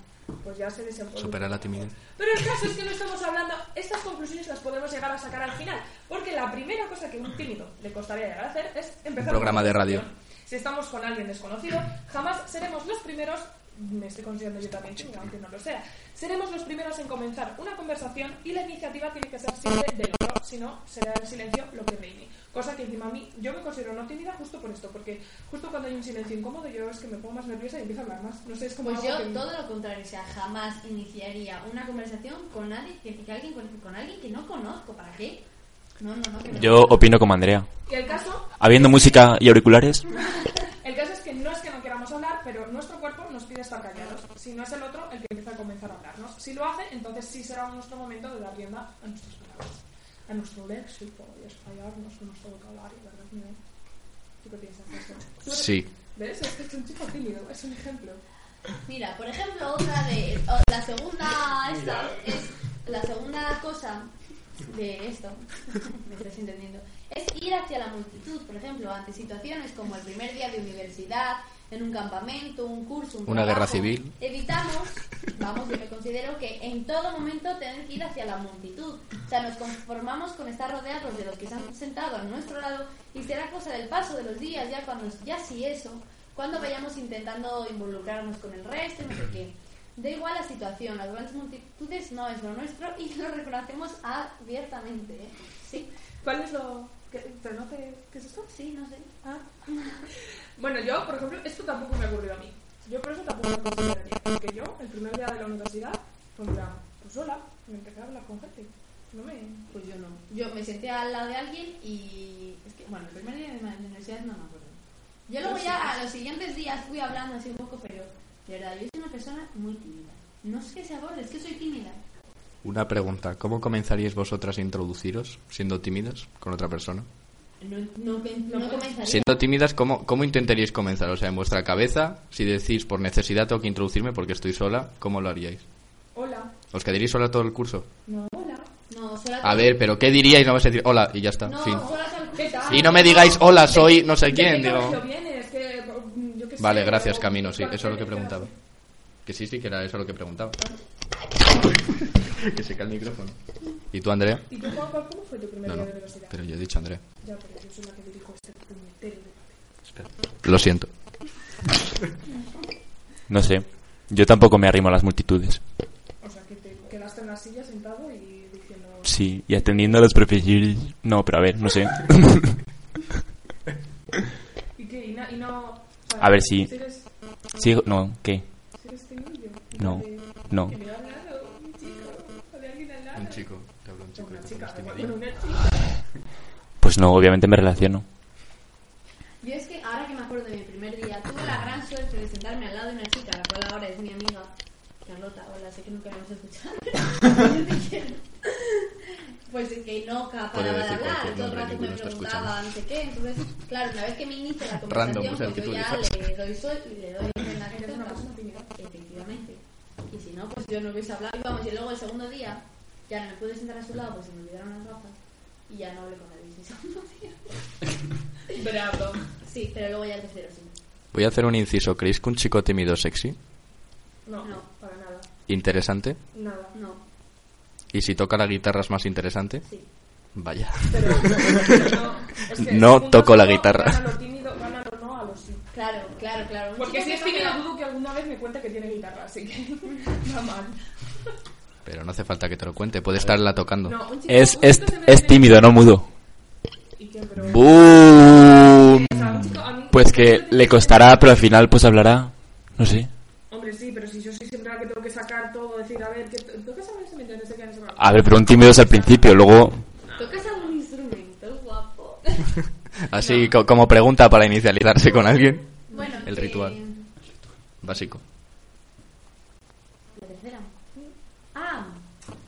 Speaker 2: Pues ya se desenvuelve.
Speaker 3: Supera la timidez.
Speaker 2: Pero el caso es que no estamos hablando, estas conclusiones las podemos llegar a sacar al final, porque la primera cosa que un tímido le costaría llegar a hacer es empezar
Speaker 3: Un programa
Speaker 2: una
Speaker 3: de radio.
Speaker 2: conversación. Si estamos con alguien desconocido, jamás seremos los primeros, me estoy considerando yo también tímida, aunque no lo sea, seremos los primeros en comenzar una conversación y la iniciativa tiene que ser siempre del otro, si no, será el silencio lo que reine. Cosa que encima a mí, yo me considero no tímida justo por esto, porque justo cuando hay un silencio incómodo yo es que me pongo más nerviosa y empiezo a hablar más. No sé, es como
Speaker 1: Pues
Speaker 2: algo
Speaker 1: yo
Speaker 2: que-
Speaker 1: todo lo contrario, o sea, jamás iniciaría una conversación con nadie, que, que alguien, con, con alguien que no conozco, ¿para qué? No, no, no. que me-
Speaker 4: Yo opino como Andrea.
Speaker 2: Y el caso
Speaker 4: Habiendo música y auriculares,
Speaker 2: El caso es que no es que no queramos hablar, pero nuestro cuerpo nos pide estar callados. Si no es el otro el que empieza a comenzar a hablarnos. Si lo hace, entonces sí será nuestro momento de dar rienda a nuestras palabras, a nuestro léxico y espallarnos con nuestro vocabulario, ¿verdad, Miguel? ¿Tú qué piensas de eso? Tú eres-
Speaker 3: Sí.
Speaker 2: ¿Ves? Es que es un chico tímido, es un ejemplo.
Speaker 1: Mira, por ejemplo, otra de... o- la segunda esta es... La segunda cosa de esto, me estás entendiendo, es ir hacia la multitud, por ejemplo, ante situaciones como el primer día de universidad, en un campamento, un curso, un
Speaker 3: Una
Speaker 1: trabajo.
Speaker 3: guerra civil.
Speaker 1: Evitamos, vamos, yo me considero que en todo momento tener que ir hacia la multitud. O sea, nos conformamos con estar rodeados de los que se han sentado a nuestro lado y será cosa del paso de los días, ya cuando, ya si eso, cuando vayamos intentando involucrarnos con el resto y no sé qué. Da igual la situación, las grandes multitudes no es lo nuestro y lo reconocemos abiertamente. ¿eh? Sí,
Speaker 2: ¿Cuál es lo...? ¿Qué, pero no te- ¿Qué es esto?
Speaker 1: sí, no sé.
Speaker 2: Ah. Bueno, yo, por ejemplo, esto tampoco me ha ocurrido a mí. Yo por eso tampoco me consideraría. Porque yo, el primer día de la universidad, pues, en plan, pues hola, me empecé a hablar con gente. No me...
Speaker 1: Pues yo no. Yo me senté al lado de alguien y. Es que, bueno, el primer día de la universidad no me acuerdo. Yo luego ya a los siguientes días fui hablando así un poco, pero de verdad, yo soy una persona muy tímida. No es que sea borde, es que soy tímida.
Speaker 3: Una pregunta. ¿Cómo comenzaríais vosotras a introduciros siendo tímidas con otra persona?
Speaker 1: No, no, no, comenzaría.
Speaker 3: Siendo tímidas, ¿cómo, ¿cómo intentaríais comenzar? O sea, en vuestra cabeza, si decís por necesidad tengo que introducirme porque estoy sola, ¿cómo lo haríais?
Speaker 2: Hola.
Speaker 3: ¿Os quedaríais sola todo el curso?
Speaker 2: No, hola.
Speaker 1: No, solo
Speaker 3: A ver, pero ¿qué diríais? No vais a decir hola y ya está,
Speaker 1: No,
Speaker 3: fin.
Speaker 2: pues
Speaker 1: solo hasta el
Speaker 2: ¿Qué
Speaker 1: curso.
Speaker 2: tal?
Speaker 3: Y no me digáis hola, soy no sé
Speaker 2: ¿De
Speaker 3: quién,
Speaker 2: qué
Speaker 3: digo.
Speaker 2: colegio vienes? ¿Qué- yo qué sé,
Speaker 3: Vale, gracias
Speaker 2: o-
Speaker 3: Camino, sí, eso es lo que
Speaker 2: ¿qué-
Speaker 3: preguntaba. Que sí, sí, que era eso lo que preguntaba. que se cae el micrófono. ¿Y tú, Andrea?
Speaker 2: ¿Y tú, Juan, cuál- cómo fue tu primer
Speaker 3: No,
Speaker 2: día
Speaker 3: no,
Speaker 2: de universidad?
Speaker 3: pero yo he dicho Andrea.
Speaker 2: Ya, pero yo soy la que dirijo este puñetero debate.
Speaker 3: Lo siento.
Speaker 4: no sé. Yo tampoco me arrimo a las multitudes.
Speaker 2: O sea, que te quedaste en la silla sentado y diciendo...
Speaker 4: Sí, y atendiendo a los profesores. No, pero a ver, no sé.
Speaker 2: ¿Y qué? ¿Y, na- y no...? o sea,
Speaker 4: A ver si-
Speaker 2: si eres-
Speaker 4: Sí, no, ¿qué?
Speaker 2: si eres tímido,
Speaker 4: No,
Speaker 2: fíjate.
Speaker 4: no.
Speaker 2: Que me ha hablado un chico, o de alguien al lado.
Speaker 3: Un chico, te hablo un chico.
Speaker 2: Una
Speaker 3: que
Speaker 2: chica,
Speaker 3: también es
Speaker 2: bueno,
Speaker 3: timidín.
Speaker 2: una chica.
Speaker 4: Pues no, obviamente me relaciono.
Speaker 1: Yo es que ahora que me acuerdo de mi primer día, tuve la gran suerte de sentarme al lado de una chica, la cual ahora es mi amiga, Carlota, hola, sé que nunca habíamos escuchado. pues es que no paraba
Speaker 3: Puede
Speaker 1: de
Speaker 3: decir
Speaker 1: hablar,
Speaker 3: cualquier
Speaker 1: todo el
Speaker 3: nombre,
Speaker 1: rato me
Speaker 3: ninguno está
Speaker 1: preguntaba, no sé qué. Entonces, claro, una vez que me inicia la
Speaker 3: Random,
Speaker 1: conversación,
Speaker 3: o sea, el
Speaker 1: pues
Speaker 3: que
Speaker 1: yo
Speaker 3: tú
Speaker 1: ya
Speaker 3: elijas.
Speaker 1: le doy sol y le doy en la
Speaker 2: Eres una
Speaker 1: cabeza.
Speaker 2: persona tímida.
Speaker 1: Efectivamente. Y si no, pues yo no hubiese hablado. Y vamos, y luego el segundo día, ya no me pude sentar a su lado, pues se me olvidaron las gafas. Y ya no hablé con nadie ese segundo día.
Speaker 2: Bravo.
Speaker 1: Sí, pero luego ya el tercero sí.
Speaker 3: Voy a hacer un inciso. ¿Creéis que un chico tímido es sexy?
Speaker 2: No,
Speaker 1: No.
Speaker 2: para nada.
Speaker 3: ¿Interesante?
Speaker 2: Nada.
Speaker 1: No,
Speaker 3: ¿Y si toca la guitarra es más interesante?
Speaker 1: sí.
Speaker 3: Vaya.
Speaker 2: Pero no, es que
Speaker 3: No
Speaker 2: un
Speaker 3: toco la
Speaker 2: consejo,
Speaker 3: guitarra.
Speaker 2: gana lo tímido, gana lo no a lo sí.
Speaker 1: Claro, claro, claro. Un
Speaker 2: Porque
Speaker 1: chico
Speaker 2: si
Speaker 1: que
Speaker 2: es
Speaker 1: no
Speaker 2: tímido,
Speaker 1: queda-
Speaker 2: dudo que alguna vez me cuente que tiene guitarra, así que va mal.
Speaker 3: Pero no hace falta que te lo cuente. Puede estarla tocando.
Speaker 2: No, un chico-
Speaker 4: Es,
Speaker 2: un
Speaker 4: es,
Speaker 2: chico se me
Speaker 4: es
Speaker 2: viene-
Speaker 4: tímido, no mudo.
Speaker 2: ¿Y qué, pero-
Speaker 4: ¡Boom!
Speaker 2: o sea, un chico a mí-
Speaker 4: Pues que le costará, pero al final pues hablará. No sé.
Speaker 2: Hombre, sí, pero si yo soy siempre la que tengo que sacar todo, decir, a ver, ¿qué tocas a ver si me entiendes? No sé qué, no sé
Speaker 3: Ah,
Speaker 2: cuánto.
Speaker 4: A ver, pero un tímido es al principio, luego...
Speaker 1: ¿Tocas algún instrumento, guapo?
Speaker 3: Así co- como pregunta para inicializarse con alguien.
Speaker 1: bueno,
Speaker 3: El
Speaker 1: que-
Speaker 3: ritual. Básico.
Speaker 1: La tercera. Ah,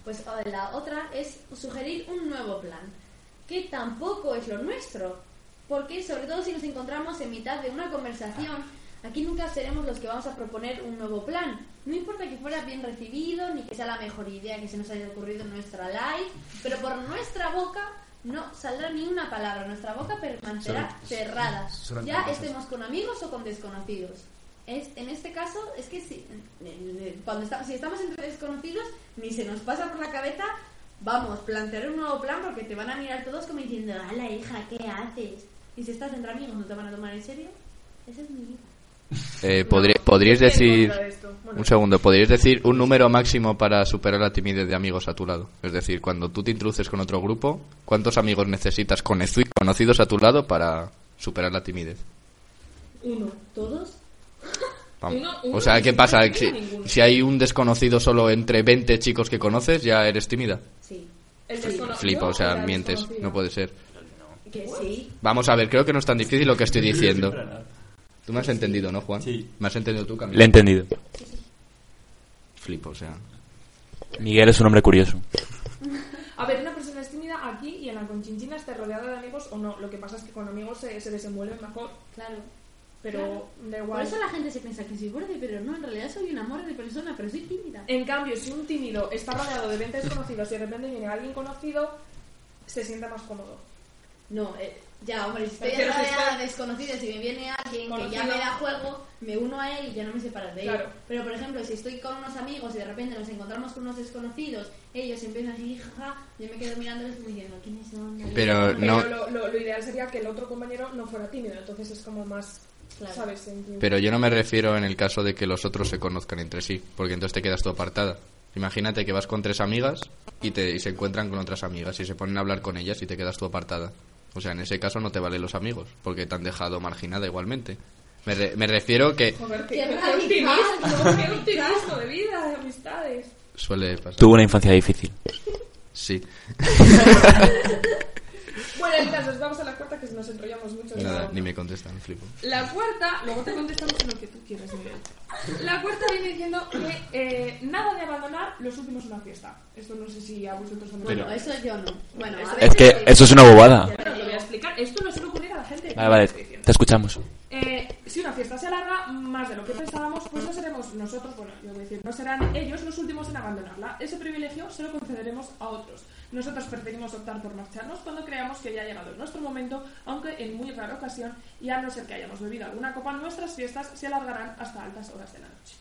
Speaker 1: pues o- la otra es sugerir un nuevo plan, que tampoco es lo nuestro, porque sobre todo si nos encontramos en mitad de una conversación, aquí nunca seremos los que vamos a proponer un nuevo plan. No importa que fuera bien recibido, ni que sea la mejor idea que se nos haya ocurrido en nuestra live, pero por nuestra boca no saldrá ni una palabra, nuestra boca permanecerá cerrada,
Speaker 5: solo entre
Speaker 1: ya
Speaker 5: nosotros.
Speaker 1: estemos con amigos o con desconocidos. Es, en este caso, es que si, cuando esta- si estamos entre desconocidos, ni se nos pasa por la cabeza, vamos, plantear un nuevo plan porque te van a mirar todos como diciendo, la hija, ¿qué haces? Y si estás entre amigos, ¿no te van a tomar en serio? Esa es mi vida.
Speaker 3: Eh, podri- podríais
Speaker 2: Estoy en
Speaker 3: decir...
Speaker 2: contra de esto. Bueno,
Speaker 3: Un segundo, ¿podrías decir un número máximo para superar la timidez de amigos a tu lado? Es decir, cuando tú te introduces con otro grupo, ¿cuántos amigos necesitas con- conocidos a tu lado para superar la timidez?
Speaker 2: Uno.
Speaker 1: ¿Todos?
Speaker 3: Vamos.
Speaker 2: Uno- uno
Speaker 3: o sea,
Speaker 2: ni
Speaker 3: ¿qué
Speaker 2: siquiera
Speaker 3: pasa?
Speaker 2: ninguno,
Speaker 3: Si,
Speaker 2: ninguno.
Speaker 3: si hay un desconocido solo entre 20 chicos que conoces, ¿ya eres tímida?
Speaker 1: Sí.
Speaker 2: El desconocido
Speaker 3: Flipa, o sea,
Speaker 2: la
Speaker 3: mientes,
Speaker 2: desconocida.
Speaker 3: no puede ser.
Speaker 1: Que sí.
Speaker 3: Vamos a ver, creo que no es tan difícil lo que estoy diciendo. Tú me has entendido, ¿no, Juan?
Speaker 4: Sí.
Speaker 3: ¿Me has entendido tú, Camila?
Speaker 4: Le he entendido.
Speaker 3: Flipo, o sea...
Speaker 4: Miguel es un hombre curioso.
Speaker 2: A ver, una persona es tímida aquí y en la conchinchina está rodeada de amigos o no. Lo que pasa es que con amigos se, se desenvuelven mejor,
Speaker 1: Claro.
Speaker 2: pero
Speaker 1: Claro.
Speaker 2: da
Speaker 1: Por
Speaker 2: igual.
Speaker 1: eso la gente se piensa que soy borde, pero no, en realidad soy un amor de persona, pero soy tímida.
Speaker 2: En cambio, si un tímido está rodeado de 20 desconocidos y de repente viene alguien conocido, se sienta más cómodo.
Speaker 1: No, eh, ya, hombre, si estoy
Speaker 2: Prefiero
Speaker 1: rodeada
Speaker 2: estar-
Speaker 1: de desconocidos y me viene alguien que ya
Speaker 2: Conocido.
Speaker 1: me da juego, me uno a él y ya no me separo de él.
Speaker 2: Claro.
Speaker 1: Pero, por ejemplo, si estoy con unos amigos y de repente nos encontramos con unos desconocidos, ellos empiezan así, jaja, yo me quedo mirándoles como diciendo, ¿quiénes son? Nadie
Speaker 3: Pero
Speaker 1: sabe".
Speaker 3: No.
Speaker 2: Pero lo, lo- lo ideal sería que el otro compañero no fuera tímido, entonces es como más,
Speaker 1: Claro.
Speaker 2: ¿sabes? Sentido.
Speaker 3: Pero yo no me refiero en el caso de que los otros se conozcan entre sí, porque entonces te quedas tú apartada. Imagínate que vas con tres amigas y, te, y se encuentran con otras amigas y se ponen a hablar con ellas y te quedas tú apartada. O sea, en ese caso no te valen los amigos, porque te han dejado marginada igualmente. Me, re- me refiero que
Speaker 2: Joder,
Speaker 1: ¡Qué
Speaker 2: qué, qué
Speaker 1: radical!
Speaker 2: optimismo, qué optimismo de vida, de amistades.
Speaker 3: suele pasar.
Speaker 4: Tuvo una infancia difícil.
Speaker 3: Sí.
Speaker 2: Bueno, entonces nos vamos a la cuarta que nos enrollamos mucho. de la
Speaker 3: Nada,
Speaker 2: otra.
Speaker 3: ni me contestan, flipo.
Speaker 2: La cuarta, luego te contestamos en lo que tú quieras, Miguel. La cuarta viene diciendo que eh, nada de abandonar los últimos una fiesta. Esto no sé si a vosotros os
Speaker 1: Bueno, eso yo no. Bueno, a
Speaker 4: Es que
Speaker 1: veces soy-
Speaker 4: eso es una bobada.
Speaker 2: Bueno, te voy a explicar. Esto no suele ocurrir a la gente.
Speaker 4: Vale, vale,
Speaker 2: Estoy diciendo.
Speaker 4: te escuchamos.
Speaker 2: Eh, si una fiesta se alarga más de lo que pensábamos, pues no seremos nosotros, bueno, yo voy a decir, no serán ellos los últimos en abandonarla. Ese privilegio se lo concederemos a otros. Nosotros preferimos optar por marcharnos cuando creamos que ya ha llegado nuestro momento, aunque en muy rara ocasión, y a no ser que hayamos bebido alguna copa, nuestras fiestas se alargarán hasta altas horas de la noche.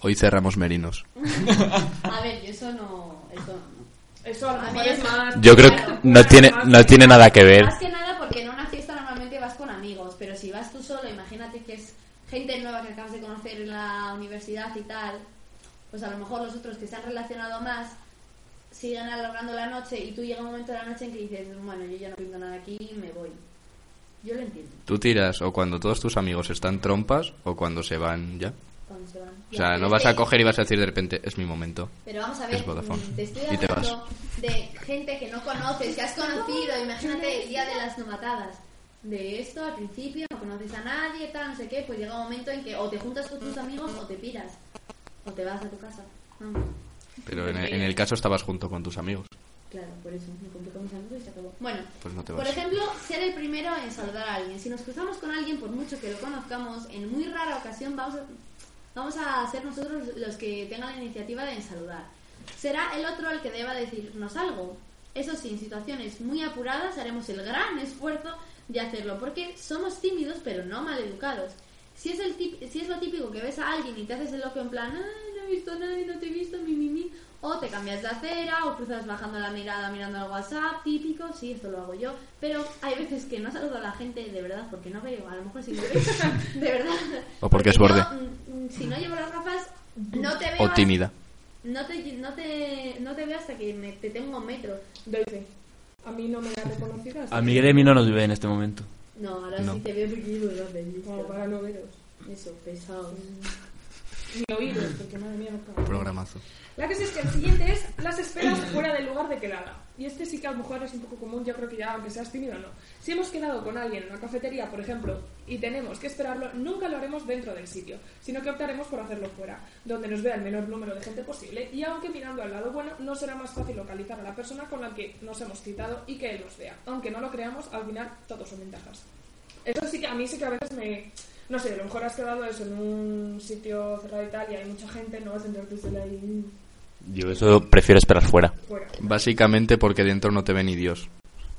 Speaker 3: Hoy cerramos merinos.
Speaker 1: A ver, yo eso no... Eso no.
Speaker 2: Eso a lo
Speaker 1: A
Speaker 2: mejor
Speaker 1: mí
Speaker 2: es
Speaker 1: eso-
Speaker 2: más...
Speaker 4: Yo creo que no tiene, no tiene nada que ver.
Speaker 1: Más que nada porque en una fiesta normalmente vas con amigos, pero si vas tú solo, imagínate que es gente nueva que acabas de conocer en la universidad y tal, pues a lo mejor los otros que se han relacionado más siguen alargando la noche y tú llega un momento de la noche en que dices, bueno, yo ya no pinto nada aquí, me voy. Yo lo entiendo.
Speaker 3: Tú tiras o cuando todos tus amigos están trompas o cuando se van ya.
Speaker 1: cuando se van.
Speaker 3: O
Speaker 1: Ya,
Speaker 3: sea, no
Speaker 1: pero
Speaker 3: vas
Speaker 1: es
Speaker 3: a
Speaker 1: que-
Speaker 3: coger y vas a decir de repente, es mi momento.
Speaker 1: Pero vamos a ver,
Speaker 3: Es Vodafone.
Speaker 1: mm, te estoy
Speaker 3: Y te vas.
Speaker 1: hablando de gente que no conoces, que has conocido, imagínate el día de las nomatadas. De esto al principio no conoces a nadie, tal, no sé qué, pues llega un momento en que o te juntas con tus amigos o te piras, o te vas a tu casa. Ah, Vamos.
Speaker 3: Pero en el, en el caso estabas junto con tus amigos.
Speaker 1: Claro, por eso me junté con mis amigos y se acabó. Bueno,
Speaker 3: Pues no te
Speaker 1: por
Speaker 3: vas.
Speaker 1: ejemplo, ser el primero en saludar a alguien. Si nos cruzamos con alguien, por mucho que lo conozcamos, en muy rara ocasión vamos a, vamos a ser nosotros los que tengan la iniciativa de saludar. Será el otro el que deba decirnos algo. Eso sí, en situaciones muy apuradas haremos el gran esfuerzo de hacerlo, porque somos tímidos pero no maleducados. Si es, el tip- si es lo típico que ves a alguien y te haces el loco en plan, "Ay, no he visto a nadie, no te he visto, mi, mi, mi", o te cambias de acera, o cruzas bajando la mirada mirando al WhatsApp, típico, sí, esto lo hago yo, pero hay veces que no saludo a la gente de verdad porque no veo, a lo mejor si me ves, de verdad.
Speaker 3: O porque es borde.
Speaker 1: no, mm, si no llevo las gafas, no te veo.
Speaker 3: O tímida.
Speaker 1: No te, no, te, no te veo hasta que me- te tengo un metro.
Speaker 2: Daisy, a mí no me la reconocido hasta
Speaker 4: A Miguel y a mí no nos ve en este momento.
Speaker 1: No, ahora
Speaker 3: No.
Speaker 1: sí te veo porque yo no te he visto.
Speaker 2: Como para no veros.
Speaker 1: Eso, pesado.
Speaker 2: Ni oíros, porque madre mía, no puedo.
Speaker 3: Programazo.
Speaker 2: La cosa es que el siguiente es las esperas fuera del lugar de quedada. Y este sí que a lo mejor es un poco común, yo creo que ya, aunque seas tímido o no. Si hemos quedado con alguien en una cafetería, por ejemplo, y tenemos que esperarlo, nunca lo haremos dentro del sitio, sino que optaremos por hacerlo fuera, donde nos vea el menor número de gente posible. Y aunque mirando al lado bueno, no será más fácil localizar a la persona con la que nos hemos citado y que él nos vea. Aunque no lo creamos, al final todos son ventajas. Eso sí que a mí sí que a veces me... No sé, a lo mejor has quedado eso en un sitio cerrado y tal y hay mucha gente, no vas a entrar tú sola ahí mm,
Speaker 4: Yo eso prefiero esperar fuera.
Speaker 2: fuera.
Speaker 3: Básicamente porque dentro no te ve ni Dios.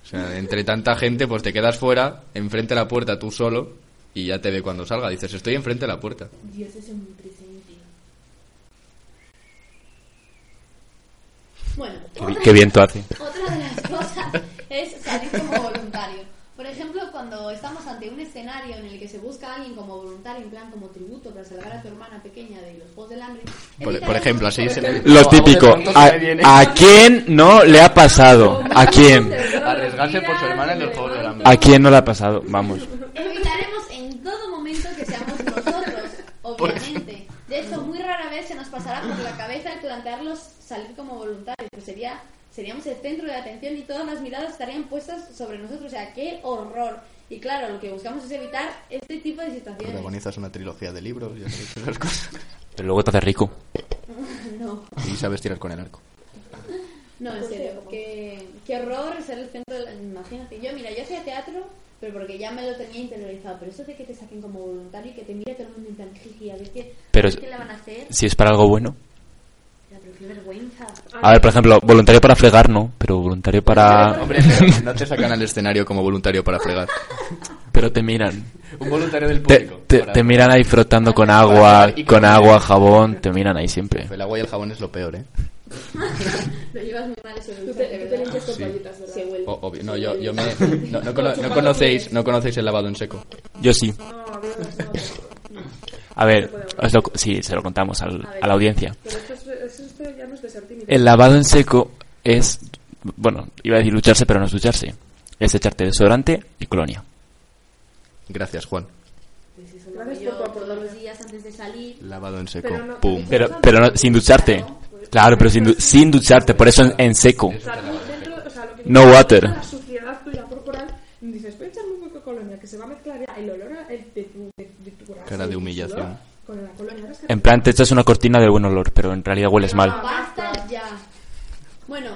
Speaker 3: O sea, entre tanta gente, pues te quedas fuera, enfrente de la puerta tú solo, y ya te ve cuando salga. Dices, estoy enfrente de la puerta.
Speaker 1: Dios es omnipresente. Bueno,
Speaker 4: Qué, vi-
Speaker 1: otra-
Speaker 4: qué viento hace.
Speaker 1: Otra de las cosas es salir como voluntario. Por ejemplo, cuando estamos ante un escenario en el que se busca a alguien como voluntario, en plan como tributo para salvar a tu hermana pequeña de los juegos del hambre.
Speaker 3: Por, por
Speaker 1: evitaremos-
Speaker 3: ejemplo, así es en el...
Speaker 4: Lo típico. ¿A, a quién no le ha pasado? ¿A quién?
Speaker 3: Arriesgarse por su hermana en el juego del hambre.
Speaker 4: ¿A quién no le ha pasado? Vamos.
Speaker 1: Evitaremos en todo momento que seamos nosotros, obviamente. De hecho, muy rara vez se nos pasará por la cabeza el plantearlos salir como voluntarios, pues sería, seríamos el centro de atención y todas las miradas estarían puestas sobre nosotros. O sea, qué horror. Y claro, lo que buscamos es evitar este tipo de situaciones.
Speaker 3: Protagonizas una trilogía de libros y así, esas cosas.
Speaker 4: Pero luego te hace rico.
Speaker 1: No,
Speaker 3: Y sabes tirar con el arco.
Speaker 1: no, en serio. Qué, qué horror ser el centro de la... Imagínate. Yo, mira, yo hacía teatro, pero porque ya me lo tenía interiorizado. Pero eso de que te saquen como voluntario y que te mire todo el mundo en plan, "Jiji, a ver qué,
Speaker 4: Pero
Speaker 1: a ver
Speaker 4: es-
Speaker 1: qué le van a hacer.
Speaker 4: Si es para algo bueno.
Speaker 1: Ya, pero qué vergüenza.
Speaker 4: A ver, por ejemplo, voluntario para fregar no, pero voluntario para...
Speaker 3: Hombre, no te sacan al escenario como voluntario para fregar.
Speaker 4: Pero te miran.
Speaker 3: Un voluntario del
Speaker 4: Te, te- te miran ahí frotando con agua, con agua, jabón, te miran ahí siempre.
Speaker 3: El agua y el jabón es lo peor, ¿eh?
Speaker 1: Lo llevas muy mal eso de
Speaker 2: Tú
Speaker 1: usar,
Speaker 2: te,
Speaker 1: de
Speaker 2: tú te
Speaker 1: verdad.
Speaker 2: limpias con
Speaker 3: Sí.
Speaker 2: toallitas, ¿verdad?
Speaker 1: Se huele.
Speaker 3: O- obvio. No, yo, yo me... No, no cono- no conocéis, no conocéis el lavado en seco.
Speaker 4: Yo sí.
Speaker 2: No, a ver, no, no.
Speaker 4: A ver, os lo- sí, se lo contamos al- a la audiencia.
Speaker 2: Pero esto, es, eso esto ya no es de ser tímido.
Speaker 4: El lavado en seco es, bueno, iba a decir lucharse, pero no es lucharse. Es echarte desodorante y colonia.
Speaker 3: Gracias, Juan.
Speaker 1: Pues eso lo
Speaker 2: Gracias
Speaker 1: hago yo
Speaker 2: por tu aporte.
Speaker 1: todos los días antes de salir.
Speaker 3: Lavado en seco.
Speaker 2: Pero no-
Speaker 3: Pum.
Speaker 4: Pero, pero no- sin ducharte. Claro, pero sin, du- sin ducharte, por eso en, en seco.
Speaker 2: O sea, tú dentro- o sea, lo que
Speaker 4: No
Speaker 2: dices,
Speaker 4: water.
Speaker 2: La suciedad tuya corporal, dices, voy a echarme un poco de colonia, que se va a mezclar ya el olor a- el de tu, de, de tu grasa
Speaker 3: Cara de
Speaker 2: y tu
Speaker 3: humillación.
Speaker 2: sudor Con la colonia. ahora es que-
Speaker 4: En plan, te echas una cortina de buen olor, pero en realidad hueles mal.
Speaker 1: Ah, Basta ya. Bueno,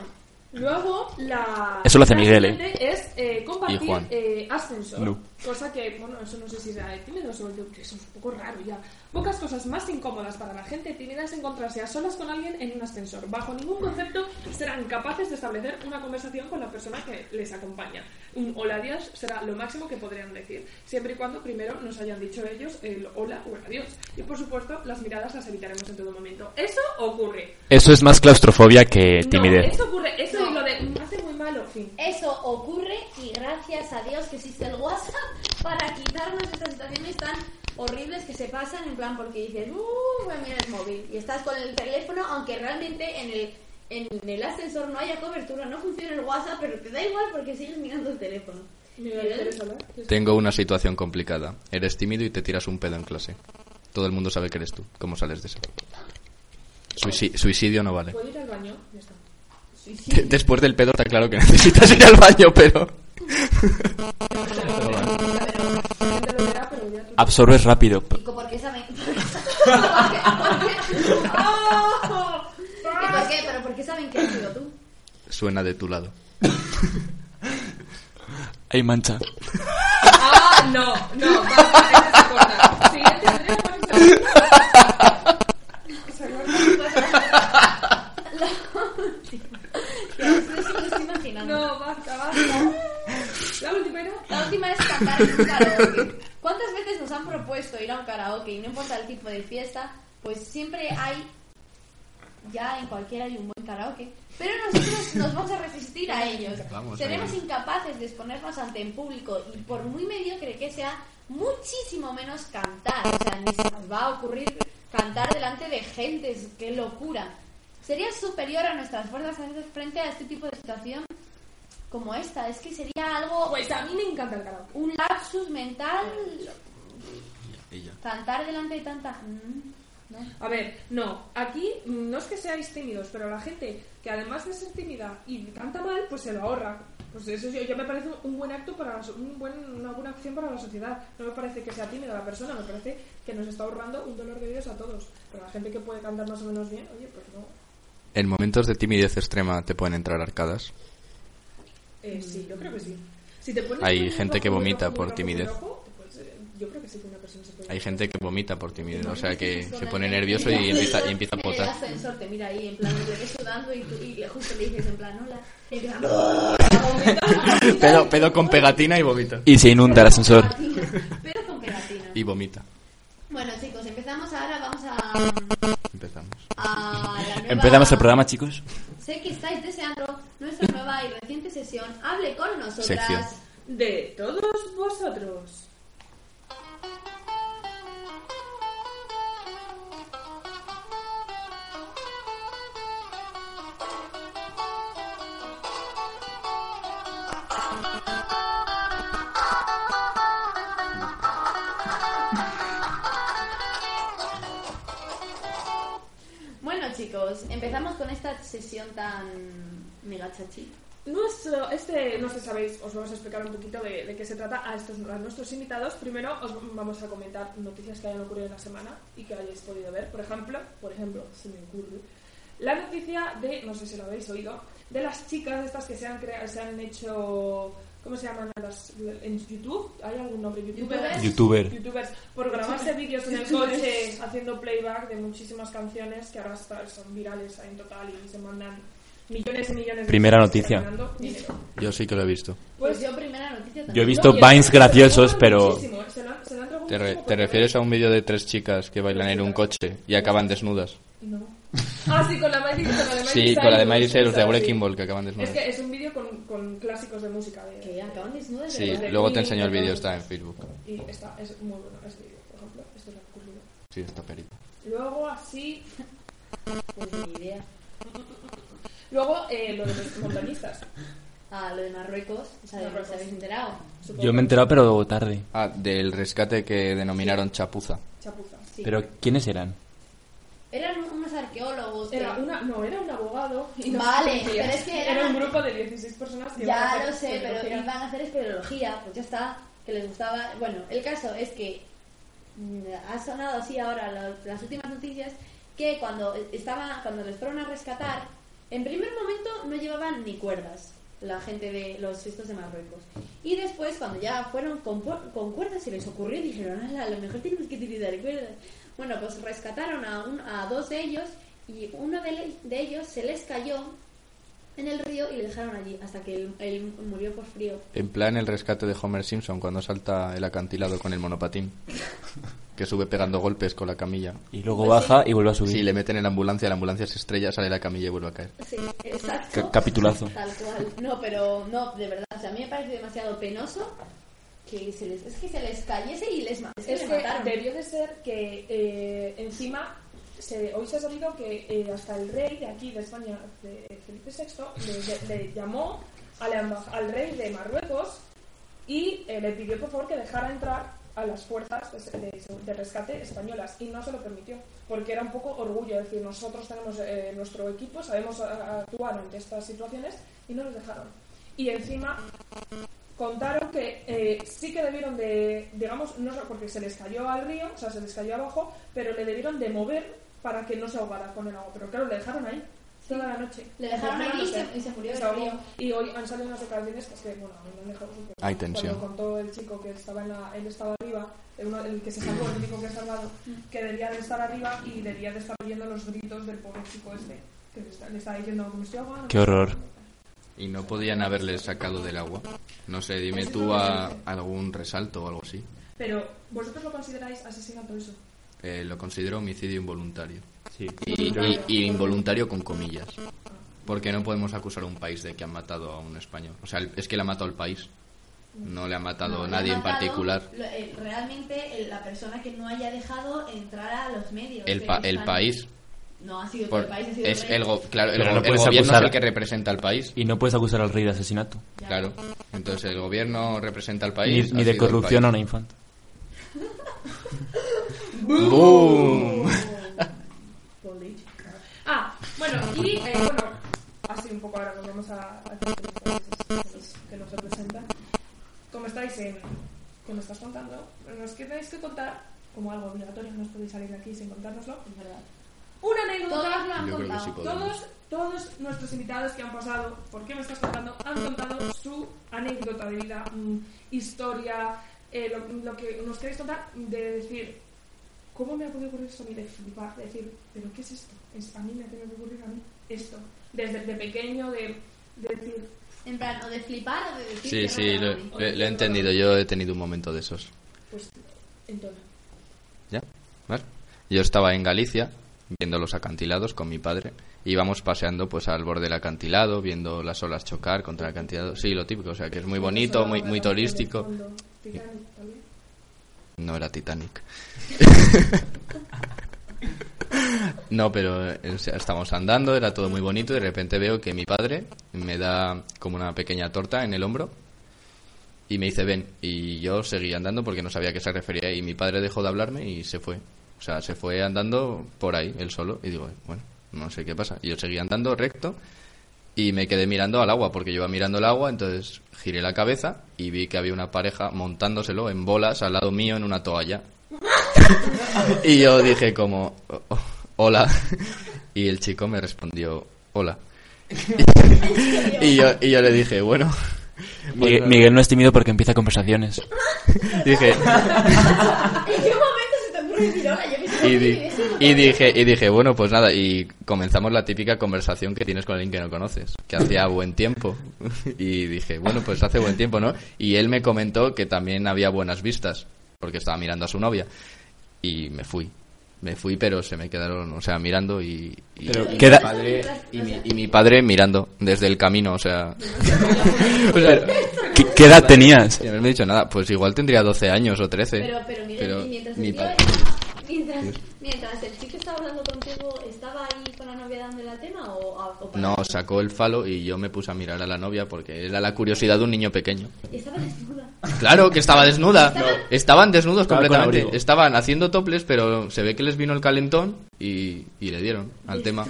Speaker 2: Luego, la.
Speaker 4: Eso lo hace
Speaker 2: la
Speaker 4: Miguel, ¿eh?
Speaker 2: siguiente Es eh, compartir
Speaker 3: Y Juan.
Speaker 2: eh, ascensor.
Speaker 4: No.
Speaker 2: Cosa que, bueno, eso no sé si será de tímidos o de- que eso es un poco raro ya. Pocas cosas más incómodas para la gente tímida es encontrarse a solas con alguien en un ascensor. Bajo ningún concepto serán capaces de establecer una conversación con la persona que les acompaña. Un hola adiós será lo máximo que podrían decir, siempre y cuando primero nos hayan dicho ellos el hola o el adiós. Y por supuesto, las miradas las evitaremos en todo momento. Eso ocurre.
Speaker 4: Eso es más claustrofobia que
Speaker 2: No,
Speaker 4: timidez.
Speaker 2: eso ocurre. Eso
Speaker 1: No.
Speaker 2: es lo de "Mm, hace muy malo, fin.
Speaker 1: eso ocurre y gracias a Dios que existe el WhatsApp para quitarnos estas situaciones tan horribles que se pasan en plan porque dices, uh, voy a mirar el móvil y estás con el teléfono aunque realmente en el en el ascensor no haya cobertura, no funciona el WhatsApp, pero te da igual porque sigues mirando el teléfono.
Speaker 2: Mira, ya eres sola.
Speaker 3: Tengo una situación complicada. Eres tímido y te tiras un pedo en clase. Todo el mundo sabe que eres tú. ¿Cómo sales de eso? Suici- suicidio no vale.
Speaker 2: ¿Puedo ir al baño? Ya está.
Speaker 3: De- Después del pedo está claro que necesitas ir al baño, pero...
Speaker 2: Te lo verá, pero ya tú-
Speaker 4: Absorbes rápido.
Speaker 1: Chico, ¿por qué saben? ¿Por qué? ¿Por qué? ¡Oh! ¿Y por qué? ¿Pero por qué saben que has sido tú?
Speaker 3: Suena de tu lado.
Speaker 4: Hay mancha.
Speaker 2: Ah, no, no, basta, eso se corta. Siguiente, Andrea, ¿cuál es el- Se corta.
Speaker 1: No, no se los imagina. propuesto ir a un karaoke y no importa el tipo de fiesta, pues siempre hay, ya en cualquiera hay un buen karaoke, pero nosotros nos vamos a resistir a ellos.
Speaker 3: Vamos a
Speaker 1: Seremos
Speaker 3: ello.
Speaker 1: incapaces de exponernos ante el público y por muy mediocre que sea, muchísimo menos cantar. O sea, ni se nos va a ocurrir cantar delante de gentes, qué locura. Sería superior a nuestras fuerzas hacer frente a este tipo de situación como esta. Es que sería algo
Speaker 2: Pues a mí me encanta el karaoke.
Speaker 1: un lapsus mental
Speaker 3: Ella.
Speaker 1: cantar delante de tanta mm, ¿no?
Speaker 2: A ver, no, aquí mm, no es que seáis tímidos, pero la gente que además de ser tímida y canta mal, pues se lo ahorra. Pues eso yo, yo me parece un buen acto para la so- un buen, una buena acción para la sociedad. No me parece que sea tímida la persona, me parece que nos está ahorrando un dolor de Dios a todos. Pero la gente que puede cantar más o menos bien, oye, pues no.
Speaker 3: En momentos de timidez extrema te pueden entrar arcadas.
Speaker 2: Eh, sí, yo creo que sí. Si te pones
Speaker 3: Hay
Speaker 2: muy
Speaker 3: gente que
Speaker 2: rojo, muy
Speaker 3: vomita
Speaker 2: rojo, muy
Speaker 3: por
Speaker 2: rojo, muy
Speaker 3: timidez.
Speaker 2: rojo, pues, eh, yo creo que sí que una persona se puede.
Speaker 3: Hay gente que vomita por timidez, o sea que
Speaker 1: Con
Speaker 3: se
Speaker 1: el-
Speaker 3: pone nervioso y
Speaker 1: el
Speaker 3: empieza,
Speaker 1: ascensor-
Speaker 3: y empieza a
Speaker 1: El
Speaker 3: potar.
Speaker 1: ascensor te mira ahí, en plan, le ves sudando y, tú, y justo le dices en plan, hola. Y empieza,
Speaker 3: Pedo, pedo con pegatina y vomita.
Speaker 4: Y se inunda el ascensor.
Speaker 1: pegatina, Pero con pegatina.
Speaker 3: Y vomita.
Speaker 1: Bueno, chicos, empezamos ahora, vamos a,
Speaker 3: Empezamos.
Speaker 1: a la nueva...
Speaker 4: Empezamos el programa, chicos.
Speaker 1: Sé que estáis deseando nuestra nueva y reciente sesión. Hable con nosotras.
Speaker 3: Sección.
Speaker 2: De todos vosotros.
Speaker 1: Bueno, chicos, empezamos con esta sesión tan mega chachi.
Speaker 2: Nuestro, este, no sé si sabéis, os vamos a explicar un poquito de, de qué se trata a, estos, a nuestros invitados. Primero os vamos a comentar noticias que hayan ocurrido en la semana y que hayáis podido ver. Por ejemplo, por ejemplo, se me ocurre, la noticia de, no sé si lo habéis oído, de las chicas estas que se han, crea- se han hecho, ¿cómo se llaman? Las, en YouTube, ¿hay algún nombre?
Speaker 1: ¿Youtubers?
Speaker 4: Youtuber.
Speaker 2: youtubers por grabarse vídeos en el coche haciendo playback de muchísimas canciones que ahora hasta son virales en total y se mandan millones y millones de
Speaker 4: Primera
Speaker 2: personas
Speaker 4: noticia.
Speaker 2: ganando dinero.
Speaker 3: Yo sí que lo he visto.
Speaker 1: Pues yo primera noticia
Speaker 4: Yo he
Speaker 1: también.
Speaker 4: visto
Speaker 2: No, y además
Speaker 4: vines
Speaker 2: se lo
Speaker 4: graciosos,
Speaker 2: trabajan
Speaker 4: pero-
Speaker 2: muchísimo, ¿eh? Se lo han- se lo han trabajado
Speaker 3: ¿Te, re-
Speaker 2: muchísimo
Speaker 3: te
Speaker 2: porque-
Speaker 3: refieres a un vídeo de tres chicas que bailan en un coche y acaban desnudas?
Speaker 2: No. Ah, sí, con la Miley con la de Miley
Speaker 3: Sí, con la de Miley Cyrus de
Speaker 2: esa,
Speaker 3: Wrecking
Speaker 2: sí.
Speaker 3: Ball que acaban
Speaker 2: Es
Speaker 3: desnudas.
Speaker 2: que es un vídeo con, con clásicos de música. De,
Speaker 1: Que acaban desnudas.
Speaker 3: Sí,
Speaker 1: ¿verdad?
Speaker 3: luego te enseño el vídeo, está en Facebook.
Speaker 2: Y está, es muy bueno este vídeo, por ejemplo. Esto es lo que ha ocurrido.
Speaker 3: Sí, está perito.
Speaker 2: Luego, así,
Speaker 1: Pues ni idea.
Speaker 2: Luego, eh, lo de los montañistas.
Speaker 1: Ah, lo de Marruecos. O sea, de
Speaker 2: Marruecos.
Speaker 1: ¿os habéis enterado?
Speaker 2: supongo.
Speaker 4: Yo me he enterado, pero tarde.
Speaker 3: Ah, del rescate que denominaron chapuza.
Speaker 2: Chapuza.
Speaker 1: Sí.
Speaker 4: ¿Pero quiénes eran?
Speaker 1: Eran unos arqueólogos. que-
Speaker 2: Era una, no, era un abogado. y no
Speaker 1: Vale,
Speaker 2: sé qué
Speaker 1: pero es
Speaker 2: hacía.
Speaker 1: que
Speaker 2: era,
Speaker 1: eran-
Speaker 2: un grupo de 16 personas que iban a
Speaker 1: Ya
Speaker 2: hacer
Speaker 1: lo sé, pero
Speaker 2: fotografía.
Speaker 1: iban a hacer espeleología. Pues ya está. Que les gustaba. Bueno, el caso es que mm, ha sonado así ahora lo- las últimas noticias que cuando estaba cuando les fueron a rescatar en primer momento no llevaban ni cuerdas la gente de los estos de Marruecos y después cuando ya fueron con, pu- con cuerdas se les ocurrió y dijeron "Ala, a lo mejor tenemos que utilizar cuerdas bueno pues rescataron a, un- a dos de ellos y uno de, le- de ellos se les cayó en el río y le dejaron allí hasta que él- él murió por frío
Speaker 3: En plan el rescate de Homer Simpson cuando salta el acantilado con el monopatín. Que sube pegando golpes con la camilla.
Speaker 4: Y luego
Speaker 1: Pues sí.
Speaker 4: baja y vuelve a subir.
Speaker 3: Sí, le meten en la ambulancia, la ambulancia se estrella, sale la camilla y vuelve a caer.
Speaker 1: Sí, exacto.
Speaker 4: Ca- capitulazo.
Speaker 1: Tal cual. No, pero no, de verdad. O sea, a mí me parece demasiado penoso que se les, es que se les cayese y les, ma- es que
Speaker 2: Es
Speaker 1: le
Speaker 2: que
Speaker 1: mataron.
Speaker 2: debió de ser que eh, encima se, hoy se ha sabido que eh, hasta el rey de aquí de España, de Felipe VI, le, le- le llamó a la emba- al rey de Marruecos y eh, le pidió por favor que dejara entrar a las fuerzas de, de- de rescate españolas y no se lo permitió porque era un poco orgullo, es decir, nosotros tenemos eh, nuestro equipo, sabemos a- a- actuar ante estas situaciones y no nos dejaron. Y encima contaron que eh, sí que debieron de, digamos, no sé, porque se les cayó al río, o sea, se les cayó abajo, pero le debieron de mover para que no se ahogara con el agua. Pero claro, le dejaron ahí toda la noche.
Speaker 1: Le dejaron ahí y se- y se murió del
Speaker 2: ahogó.
Speaker 1: frío.
Speaker 2: Y hoy han salido unas declaraciones que es que, bueno, a mí me han dejado súper-
Speaker 3: Hay tensión.
Speaker 2: Cuando contó el chico que estaba en la, él estaba arriba, el, uno- el que se salvó, el único que se ha salvado,
Speaker 1: Mm.
Speaker 2: que debía de estar arriba y debía de estar oyendo los gritos del pobre chico este, que le, está- le estaba diciendo, me estoy ahogando.
Speaker 4: Qué horror.
Speaker 3: Y no podían haberle sacado del agua. No sé, dime tú a algún resalto o algo así.
Speaker 2: Pero, ¿vosotros lo consideráis asesinato eso?
Speaker 3: Eh, lo considero homicidio involuntario.
Speaker 5: Sí.
Speaker 3: Y, y- y involuntario con comillas. Porque no podemos acusar a un país de que han matado a un español. O sea, el- es que le ha matado al país. No le ha matado
Speaker 1: No,
Speaker 3: a
Speaker 1: le
Speaker 3: nadie
Speaker 1: ha
Speaker 3: en
Speaker 1: matado
Speaker 3: particular.
Speaker 1: lo- eh, realmente el- la persona que no haya dejado entrar a los medios.
Speaker 3: El,
Speaker 1: de
Speaker 3: pa- el
Speaker 1: España.
Speaker 3: país.
Speaker 1: No ha sido todo
Speaker 3: por-
Speaker 1: el país, ha sido
Speaker 3: es
Speaker 1: rey.
Speaker 3: el, go- claro, el,
Speaker 5: Pero
Speaker 3: go-
Speaker 5: no
Speaker 3: el
Speaker 5: puedes
Speaker 3: gobierno es
Speaker 5: acusar
Speaker 3: el
Speaker 5: a-
Speaker 3: que representa al país.
Speaker 5: Y no puedes acusar al rey de asesinato.
Speaker 1: Ya.
Speaker 3: Claro. Entonces el gobierno representa al
Speaker 4: Ni,
Speaker 3: país.
Speaker 4: ni
Speaker 3: ha sido
Speaker 4: de
Speaker 3: el
Speaker 4: corrupción a
Speaker 3: país.
Speaker 4: una infanta.
Speaker 3: ¡Boom!
Speaker 2: Política. Ah, bueno, y eh, bueno, así un poco ahora nos vamos a, a que nos- que nos representan. Como estáis en. que me estás contando, nos tenéis que contar, como algo obligatorio, no os podéis salir de aquí sin contárnoslo,
Speaker 1: Es verdad.
Speaker 2: una anécdota.
Speaker 1: Todos lo han
Speaker 3: Yo creo que
Speaker 1: contado.
Speaker 3: sí podemos.
Speaker 2: Todos, todos nuestros invitados que han pasado, ¿por qué me estás contando? Han contado su anécdota de vida, mm, historia, eh, lo, lo que nos queréis contar, de decir, ¿cómo me ha podido ocurrir esto? a mí? De flipar, de decir, ¿pero qué es esto? Es, a mí me ha tenido que ocurrir a mí esto. Desde de pequeño, de, de decir,
Speaker 1: En plan, o de flipar o de decir.
Speaker 3: Sí,
Speaker 1: que
Speaker 3: sí,
Speaker 1: no,
Speaker 3: lo,
Speaker 1: no, no.
Speaker 3: lo- lo he entendido. Yo he tenido un momento de esos.
Speaker 2: pues, entona.
Speaker 3: ¿Ya? ¿Vale? Yo estaba en Galicia viendo los acantilados con mi padre. Íbamos paseando pues al borde del acantilado, viendo las olas chocar contra el acantilado. Sí, lo típico, o sea que es muy bonito, muy, muy turístico.
Speaker 2: Titanic también.
Speaker 3: No era Titanic. No, pero eh, o sea, estábamos andando, era todo muy bonito y de repente veo que mi padre me da como una pequeña torta en el hombro y me dice ven y yo seguí andando porque no sabía a qué se refería y mi padre dejó de hablarme y se fue. O sea, se fue andando por ahí, él solo y digo, "Eh, bueno, no sé qué pasa. Y yo seguí andando recto y me quedé mirando al agua porque yo iba mirando el agua, entonces giré la cabeza y vi que había una pareja montándoselo en bolas al lado mío en una toalla. Y yo dije como, "Oh, oh, hola. Y el chico me respondió, hola. Y yo, y yo le dije, bueno.
Speaker 4: Miguel, Miguel no es tímido porque empieza conversaciones.
Speaker 3: Dije,
Speaker 1: ¿En qué momento se te ocurre decir hola? Yo pensé
Speaker 3: y,
Speaker 1: que
Speaker 3: di-
Speaker 1: mi vecino.
Speaker 3: y dije, y dije, bueno, pues nada. Y comenzamos la típica conversación que tienes con alguien que no conoces, que hacía buen tiempo. Y dije, bueno, pues hace buen tiempo, ¿no? Y él me comentó que también había buenas vistas, porque estaba mirando a su novia. Y me fui. Me fui, pero se me quedaron, o sea, mirando y, y-
Speaker 5: Pero
Speaker 3: y
Speaker 4: queda-
Speaker 3: mi padre, y, mi, y mi padre mirando desde el camino, o sea. o sea,
Speaker 4: ¿Qué, qué edad tenías?
Speaker 3: sin haberme dicho nada, pues igual tendría 12 años o 13.
Speaker 1: Pero, pero Miguel,
Speaker 3: pero
Speaker 1: y mientras,
Speaker 3: mi
Speaker 1: el tío-
Speaker 3: padre-
Speaker 1: mientras, mientras el chico estaba hablando contigo, ¿estaba ahí con la novia dándole la tema o, a- o para-
Speaker 3: No, sacó el falo y yo me puse a mirar a la novia porque era la curiosidad de un niño pequeño.
Speaker 1: Y estaba desnuda.
Speaker 3: Claro que estaba desnuda. Estaban desnudos
Speaker 5: Estaba con
Speaker 3: completamente.
Speaker 5: abrigo.
Speaker 3: Estaban haciendo toples, pero se ve que les vino el calentón y, y le dieron al tema.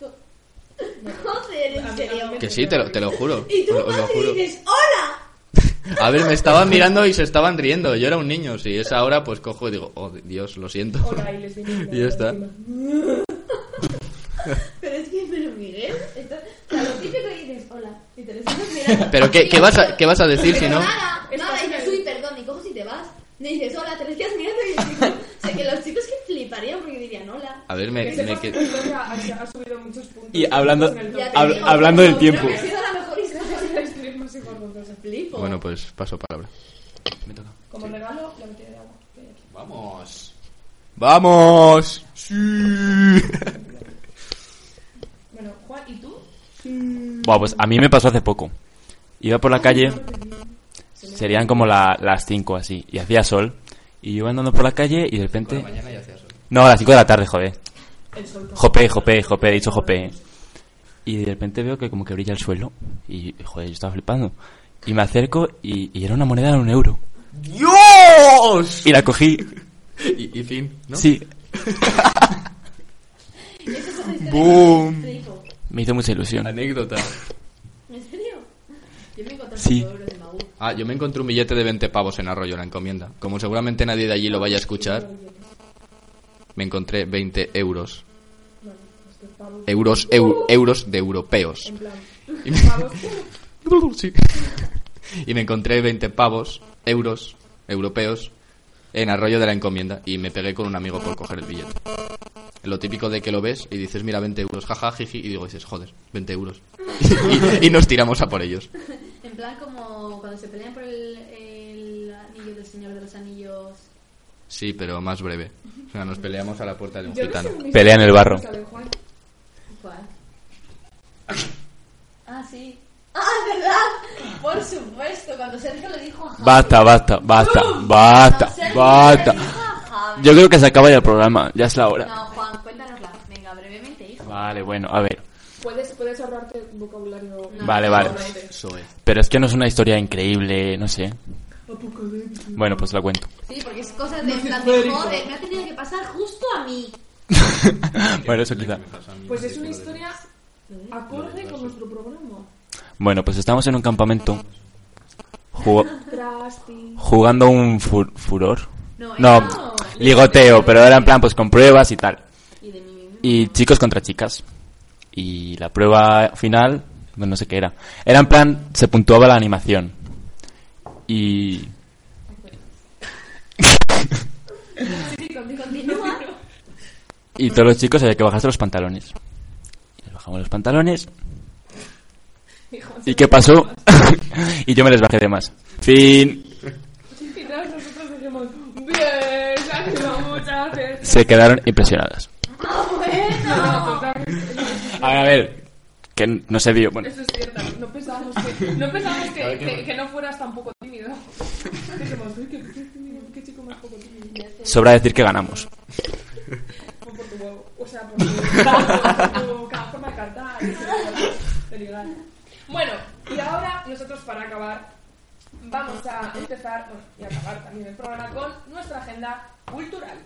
Speaker 1: Joder, en serio.
Speaker 3: Que sí, te lo, te lo juro.
Speaker 1: Y tú,
Speaker 3: Os- os lo
Speaker 1: madre,
Speaker 3: juro.
Speaker 1: dices, ¡Hola!
Speaker 3: A ver, me estaban mirando y se estaban riendo. Yo era un niño. Si es ahora, pues cojo y digo, oh Dios, lo siento.
Speaker 2: Hola, y les di mi
Speaker 3: Y ya está.
Speaker 2: encima.
Speaker 1: Pero es que, pero Miguel, esto, o sea, lo típico que dices, hola, y te lo estás mirando.
Speaker 3: Pero ¿qué,
Speaker 1: Y
Speaker 3: qué
Speaker 1: yo,
Speaker 3: vas a, qué vas a decir si
Speaker 1: pero
Speaker 3: no?
Speaker 1: Nada,
Speaker 2: Es
Speaker 1: nada, y
Speaker 2: fácil.
Speaker 1: dices, uy, perdón, y coges y te vas. Me dices, hola, te lo quedas mirando y el chico- o sea, que los chicos que fliparían porque dirían, hola.
Speaker 3: A ver,
Speaker 2: que
Speaker 3: me,
Speaker 2: sepas
Speaker 3: me
Speaker 2: que
Speaker 3: qued-
Speaker 2: tu historia ha, ha subido muchos puntos.
Speaker 5: Y hablando-
Speaker 2: En el
Speaker 1: Ya te
Speaker 5: Hab-
Speaker 1: digo,
Speaker 5: hablando del
Speaker 1: no,
Speaker 5: tiempo.
Speaker 1: creo que ha sido la mejor historia.
Speaker 3: Ah.
Speaker 2: Estoy más engordosa.
Speaker 1: Flipo.
Speaker 3: Bueno, pues paso palabra.
Speaker 2: Como regalo, la botella de agua. que hay aquí.
Speaker 3: Vamos. Vamos. Sí.
Speaker 2: Bueno, Juan, ¿y tú?
Speaker 4: Buah, pues a mí me pasó hace poco. Iba por la calle, serían como la- las 5 así, y hacía sol. Y yo iba andando por la calle y de repente... No, a las 5 de la tarde, joder.
Speaker 2: El sol.
Speaker 4: Jope, jope, jope, he dicho jope. Y de repente veo que como que brilla el suelo. Y, joder, yo estaba flipando. Y me acerco y, y era una moneda de un euro.
Speaker 3: ¡Dios!
Speaker 4: Y la cogí.
Speaker 3: Y, y fin, ¿no?
Speaker 4: Sí,
Speaker 1: Y eso es otra historia.
Speaker 3: Boom.
Speaker 1: Flipo.
Speaker 4: me hizo mucha ilusión.
Speaker 3: Anécdota.
Speaker 1: ¿En serio? Yo me encontré
Speaker 4: Sí.
Speaker 1: 5 euros de Maú.
Speaker 3: Ah, yo me encontré un billete de 20 pavos en Arroyo la encomienda. Como seguramente nadie de allí lo vaya a escuchar, me encontré 20 euros. Euros, eu- euros de europeos.
Speaker 2: En plan,
Speaker 3: Y me,
Speaker 2: pavos.
Speaker 3: sí. Y me encontré 20 pavos, euros, europeos, en Arroyo de la encomienda. Y me pegué con un amigo por coger el billete. Lo típico de que lo ves y dices, mira, 20 euros, jaja, jiji. Y digo, dices, joder, 20 euros. y nos tiramos a por ellos.
Speaker 1: En plan como cuando se pelean por el, el- anillo del Señor de los Anillos?
Speaker 3: Sí, pero más breve. O sea, nos peleamos a la puerta de un
Speaker 2: Yo no sé
Speaker 3: gitano.
Speaker 2: mis-
Speaker 4: Pelea en el barro.
Speaker 2: ¿sabe, Juan?
Speaker 1: ¿Cuál? Ah, sí. ¡Ah, verdad! Por supuesto, cuando Sergio le dijo a Javi.
Speaker 4: Basta, basta, basta, basta,
Speaker 1: Cuando Sergio
Speaker 4: basta.
Speaker 1: le dijo a Javi-
Speaker 4: Yo creo que se acaba ya el programa, ya es la hora.
Speaker 1: No, Juan, cuéntanosla. Venga, brevemente, hijo.
Speaker 4: Vale, bueno, a ver.
Speaker 2: ¿Puedes, puedes ahorrarte vocabulario.
Speaker 1: No.
Speaker 4: Vale, vale. Pero es que no es una historia increíble, no sé. Bueno, pues la cuento.
Speaker 1: Sí, porque es cosa de en plan de joder, me ha tenido que pasar justo a mí.
Speaker 4: bueno, eso quizá.
Speaker 2: Pues es una historia acorde con nuestro programa.
Speaker 4: Bueno, pues estamos en un campamento jugo-
Speaker 2: Trusty.
Speaker 4: jugando un fur- furor.
Speaker 1: No,
Speaker 4: No,
Speaker 1: era-
Speaker 4: ligoteo, pero era en plan pues con pruebas y tal.
Speaker 1: Y de mí.
Speaker 4: Y chicos contra chicas. Y la prueba final, no no sé qué era. Era en plan, se puntuaba la animación. Y
Speaker 1: Continúa.
Speaker 4: Y todos los chicos había que bajarse los pantalones. Les bajamos los pantalones. ¿Y qué pasó? y yo me les bajé de más. Fin.
Speaker 2: Y todos nosotros decimos, bien, se ha sido muchas veces.
Speaker 4: Se quedaron impresionadas.
Speaker 2: No, total,
Speaker 4: A ver, a ver. Que n- no se vio. Bueno,
Speaker 2: Eso es cierto, no pensábamos que, no, pensábamos que, que- que no fueras tan poco tímido. Dijimos, uy, qué, qué tímido, qué chico más poco tímido.
Speaker 4: sobra decir que ganamos.
Speaker 2: O por tu huevo, o sea, por tu, por tu ca- forma de cantar, de ligar. Bueno, y ahora nosotros para acabar vamos a empezar bueno, y acabar también el programa con nuestra agenda cultural.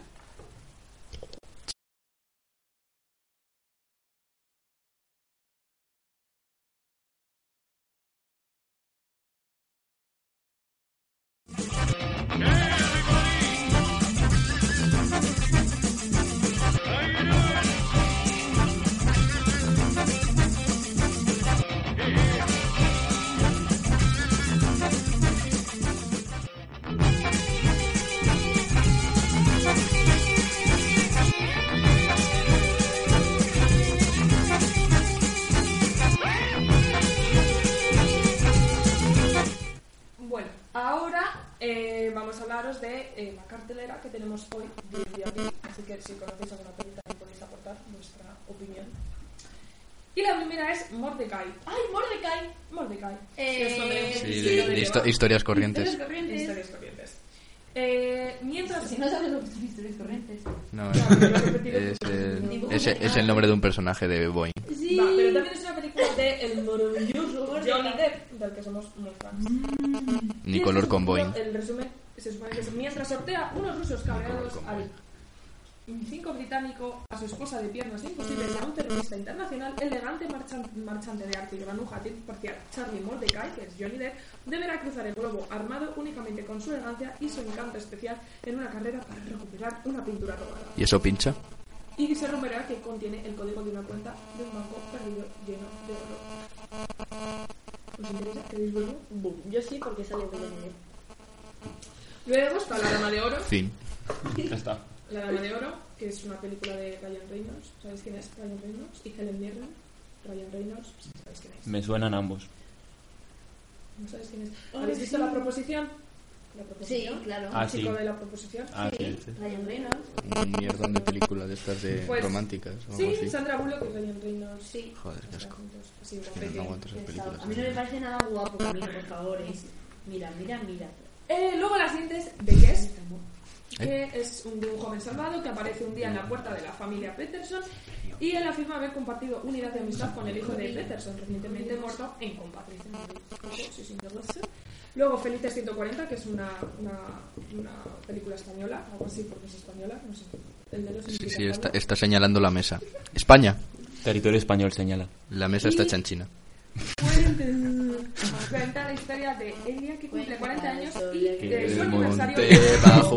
Speaker 2: Bueno, ahora eh, vamos a hablaros de eh, la cartelera que tenemos hoy, 10 de abril. Así que si conocéis alguna película, podéis aportar vuestra opinión. Y la primera es Mordecai. ¡Ay, Mordecai! Mordecai.
Speaker 1: Eh,
Speaker 2: Que sobre-
Speaker 1: Sí,
Speaker 3: Sí,
Speaker 1: Sí,
Speaker 3: de-
Speaker 1: sí,
Speaker 3: de
Speaker 1: lo que
Speaker 3: histo-
Speaker 2: va.
Speaker 3: historias corrientes.
Speaker 1: Historias corrientes.
Speaker 2: Historias corrientes. Eh, mientras...
Speaker 1: Si no sabes lo que son historias corrientes.
Speaker 3: No,
Speaker 2: No,
Speaker 3: es,
Speaker 2: lo he repetido.
Speaker 3: es, eh, es- es el nombre de un personaje de Boeing.
Speaker 1: Sí.
Speaker 2: Va, pero también es una película de El maravilloso Johnny Depp, del que somos muy fans. este
Speaker 3: Ni color con Boeing.
Speaker 2: El resumen se supone que es mientras sortea unos rusos cabreados al cinco británico, a su esposa de piernas imposibles y a un terrorista internacional, elegante marchan- marchante de arte y granuja parcial Charlie Mordecai, que es Johnny Depp, deberá cruzar el globo armado únicamente con su elegancia y su encanto especial en una carrera para recuperar una pintura robada.
Speaker 3: ¿Y eso pincha?
Speaker 2: Y se rumorea que contiene el código de una cuenta de un banco perdido lleno de oro. ¿Os interesa? ¿Queréis verlo?
Speaker 6: Boom. Yo sí, porque sale de Johnny Depp.
Speaker 2: Luego está La Dama de Oro.
Speaker 3: Fin.
Speaker 2: La Dama de Oro, que es una película de Ryan Reynolds. ¿Sabéis quién es Ryan Reynolds? Y Helen Mirren. Ryan Reynolds, pues, ¿sabéis quién es?
Speaker 4: Me suenan ambos.
Speaker 2: ¿No sabéis quién es? ¿Habéis visto La Proposición? La
Speaker 1: Sí,
Speaker 2: Proposición.
Speaker 1: claro.
Speaker 4: Ah,
Speaker 2: El chico
Speaker 4: sí.
Speaker 2: de La Proposición.
Speaker 4: Ah, sí.
Speaker 1: Ryan Reynolds.
Speaker 3: Un mierdón de película de estas de
Speaker 2: Pues-
Speaker 3: románticas o algo
Speaker 2: Sí,
Speaker 3: así.
Speaker 2: Sandra Bullock y Ryan Reynolds.
Speaker 1: Sí.
Speaker 3: Joder, qué asco.
Speaker 2: Pues Sí,
Speaker 3: Es que no aguanto esas películas.
Speaker 1: A mí no me parece nada guapo, Camilo, por favor. eh. Mira, mira, mira.
Speaker 2: eh, luego la siguiente es The Guest. que es un, de un joven salvado que aparece un día en la puerta de la familia Peterson y él afirma haber compartido unidad de amistad con el hijo de Peterson, recientemente muerto en combate. Sí, sí, no lo sé. Luego Felices 140, que es una, una, una película española, algo así porque es española, no sé. El dedo
Speaker 3: Sí,
Speaker 2: significa
Speaker 3: sí, está,
Speaker 2: algo.
Speaker 3: está señalando la mesa. España.
Speaker 4: Territorio español señala.
Speaker 3: La mesa está hecha en China.
Speaker 2: Cuenta la historia de Elia que cumple 40 años y
Speaker 1: Que
Speaker 2: de su aniversario.
Speaker 3: bajo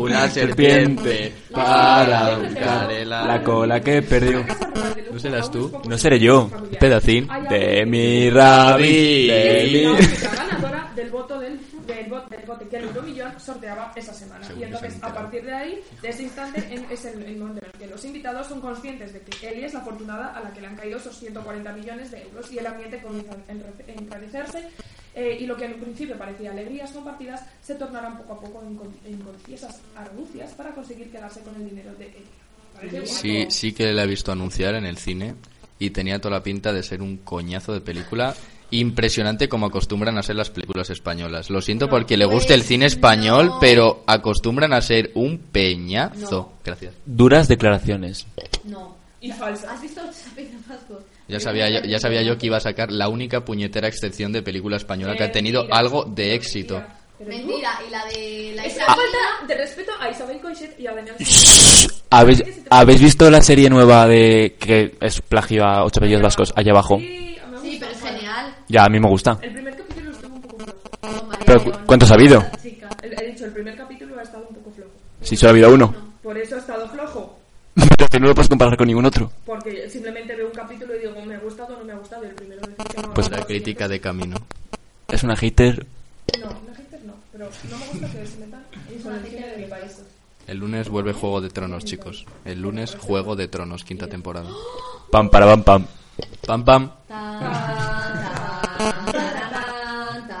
Speaker 3: una
Speaker 4: serpiente
Speaker 2: para buscar el
Speaker 4: La cola que perdió.
Speaker 3: ¿No serás tú?
Speaker 4: No seré yo. Pedacín de mi rabí.
Speaker 2: Que
Speaker 4: De
Speaker 2: es la
Speaker 4: mi...
Speaker 2: única ganadora del voto del, del, voto, del voto, que el pabellón sorteaba esa semana.
Speaker 3: Seguro
Speaker 2: y
Speaker 3: que
Speaker 2: entonces,
Speaker 3: se han
Speaker 2: a
Speaker 3: enterado.
Speaker 2: partir de ahí, de ese instante, en- es el, el momento en el que los invitados son conscientes de que Eli es la afortunada a la que le han caído esos 140 millones de euros y el ambiente comienza a enre- enrarecerse. eh, y lo que en un principio parecía alegrías compartidas se tornarán poco a poco en, con- en confiesas argucias para conseguir quedarse con el dinero de Eli. Parece
Speaker 3: Sí,
Speaker 2: guapo.
Speaker 3: sí que la he visto anunciar en el cine y tenía toda la pinta de ser un coñazo de película. Impresionante como acostumbran a ser las películas españolas. Lo siento porque le gusta el cine español,
Speaker 1: no.
Speaker 3: pero acostumbran a ser un peñazo. Gracias.
Speaker 4: Duras declaraciones.
Speaker 1: No.
Speaker 2: Y falsas.
Speaker 1: ¿Has visto Chapin Pascua?
Speaker 3: Ya sabía, yo, ya sabía yo que iba a sacar la única puñetera excepción de película española que ha tenido
Speaker 2: Mentira.
Speaker 3: algo de éxito.
Speaker 2: Pero tú-
Speaker 1: Eh, Mentira, y la de la
Speaker 2: Es
Speaker 1: Isabel.
Speaker 3: Ah.
Speaker 2: una falta de respeto a Isabel Coixet y a Daniel.
Speaker 4: ¿Habéis, habéis visto la serie nueva de que es plagio a ocho apellidos vascos allá abajo?
Speaker 2: Sí, me gusta.
Speaker 1: Sí, pero es genial.
Speaker 4: Ya, a mí me gusta.
Speaker 2: El primer capítulo estuvo un poco flojo.
Speaker 1: No, María
Speaker 4: Pero,
Speaker 1: León.
Speaker 4: ¿cu- cuántos ha habido?
Speaker 1: Esta chica.
Speaker 2: El- He dicho, el primer capítulo ha estado un poco flojo.
Speaker 4: Si solo ha habido uno.
Speaker 2: Por eso ha estado flojo.
Speaker 4: Pero que no lo puedes comparar con ningún otro.
Speaker 2: Porque simplemente veo un capítulo y digo, me ha gustado o no me ha gustado. Y el primero me dice que no.
Speaker 4: Pues-
Speaker 2: no,
Speaker 3: La crítica de camino.
Speaker 4: Es una hater.
Speaker 2: No, no, haters no. Pero no me gusta que se metan en con el cine de mi país.
Speaker 3: El lunes vuelve Juego de Tronos, chicos. El lunes Juego de Tronos, quinta temporada.
Speaker 4: Pam, para, pam, pam.
Speaker 3: Pam pam.
Speaker 1: Tan, tan, tan, tan,
Speaker 3: Pa,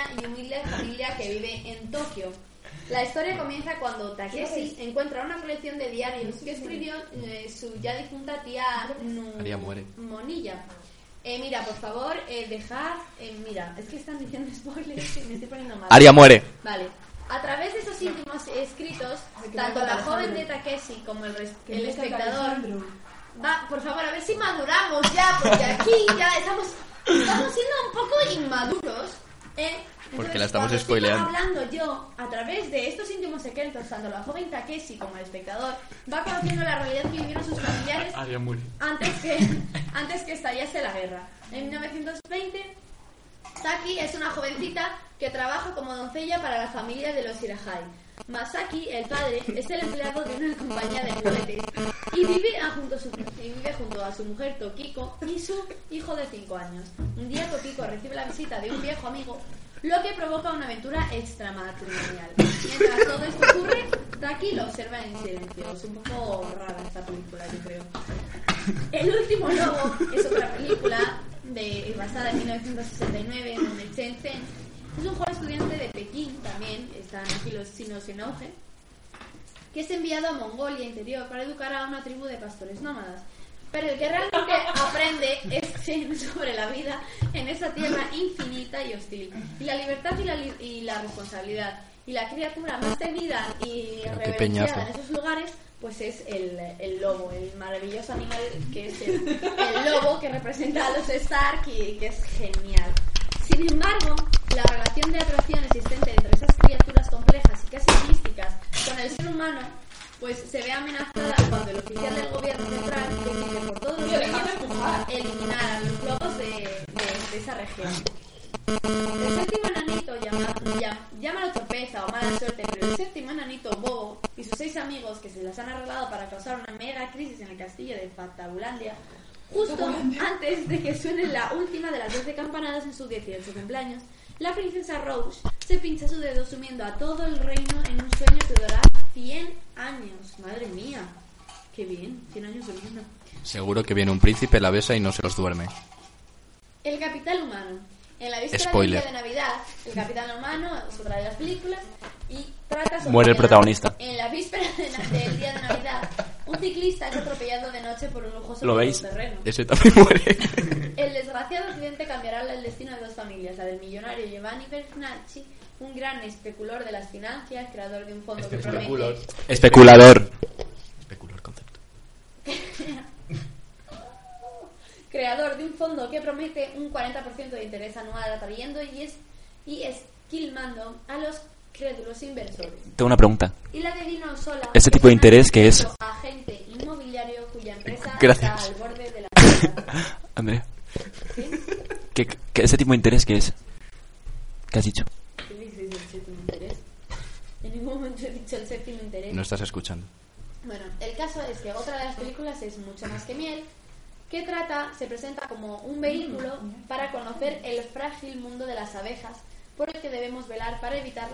Speaker 1: y humilde familia que vive en Tokio. La historia comienza cuando Takeshi encuentra una colección de diarios que escribió eh, su ya difunta tía Nu-
Speaker 3: Aria muere.
Speaker 1: Monilla. Eh, mira, por favor, eh, dejad... eh, mira, es que están diciendo spoilers y me estoy poniendo mal.
Speaker 3: Aria muere.
Speaker 1: Vale. A través de esos íntimos escritos, tanto la joven de Takeshi como el, res- el espectador... Va, por favor, a ver si maduramos ya, porque aquí ya estamos, estamos siendo un poco inmaduros. ¿eh? Entonces,
Speaker 3: Porque la estamos
Speaker 1: cuando sigo
Speaker 3: spoileando.
Speaker 1: hablando yo a través de estos íntimos secretos, tanto la joven Takeshi como el espectador, va conociendo la realidad que vivieron sus familiares antes que, antes que estallase la guerra. En 1920, Saki es una jovencita que trabaja como doncella para la familia de los Hirahai. Masaki, el padre, es el empleado de una compañía de juguetes y vive, a- junto a su, y vive junto a su mujer Tokiko y su hijo de 5 años. Un día Tokiko recibe la visita de un viejo amigo, lo que provoca una aventura extramatrimonial. Mientras todo esto ocurre, Taki lo observa en silencio. Es un poco rara esta película, yo creo. El último lobo es otra película de, basada en 1969 donde Chen Zhen es un joven estudiante de Pekín también, están aquí los chinos en auge, que es enviado a Mongolia interior para educar a una tribu de pastores nómadas. Pero el que realmente aprende es Chen sobre la vida en esa tierra infinita y hostil. Y la libertad y la, li- y la responsabilidad. Y la criatura más temida y
Speaker 3: Pero Ah, qué
Speaker 1: reverenciada
Speaker 3: peñazo.
Speaker 1: en esos lugares, pues es el, el lobo, el maravilloso animal que es el, el lobo que representa a los Stark y que es genial. Sin embargo, la relación de atracción existente entre esas criaturas complejas y casi místicas con el ser humano, pues se ve amenazada cuando el oficial del gobierno central decide por todos los medios eliminar a los lobos de- de- de esa región. El séptimo enanito llama, llama, llámalo torpeza o mala suerte, pero el séptimo enanito bobo y sus seis amigos que se las han arreglado para causar una mera crisis en el castillo de Fantabulandia, justo antes de que suene la última de las 12 campanadas en su 18 cumpleaños, la princesa Rose se pincha su dedo sumiendo a todo el reino en un sueño que durará 100 años. Madre mía, qué bien, 100 años durmiendo.
Speaker 3: Seguro que viene un príncipe, la besa y no se los duerme.
Speaker 1: El Capital Humano. En la víspera
Speaker 3: Spoiler.
Speaker 1: del día de Navidad, El Capital Humano es otra de las películas y trata sobre...
Speaker 4: Muere el
Speaker 1: que
Speaker 4: protagonista.
Speaker 1: En la víspera de na- del día de Navidad, un ciclista es atropellado de noche por un lujoso
Speaker 4: ¿Lo veis?
Speaker 1: terreno.
Speaker 3: Ese también muere.
Speaker 1: El desgraciado accidente cambiará el destino de dos familias, la del millonario Giovanni Bernacci, un gran especulador de las finanzas, creador de un fondo que promete...
Speaker 4: Especulador.
Speaker 3: Especular concepto.
Speaker 1: creador de un fondo que promete un 40% de interés anual atrayendo y, es, y esquilmando a los crédulos inversores.
Speaker 4: Tengo una pregunta.
Speaker 1: Y la de Dino Sola.
Speaker 4: ¿Ese tipo de interés qué es?
Speaker 1: A gente inmobiliario cuya empresa
Speaker 4: Gracias.
Speaker 1: está al borde de la quiebra.
Speaker 4: Andrea. ¿Qué, qué- ese tipo de interés qué es? ¿Qué has dicho?
Speaker 1: ¿Qué dices del séptimo interés? En ningún momento he dicho el séptimo interés.
Speaker 3: No estás escuchando.
Speaker 1: Bueno, el caso es que otra de las películas es Mucho más que miel, que trata, se presenta como un vehículo para conocer el frágil mundo de las abejas, por el que debemos velar para evitar...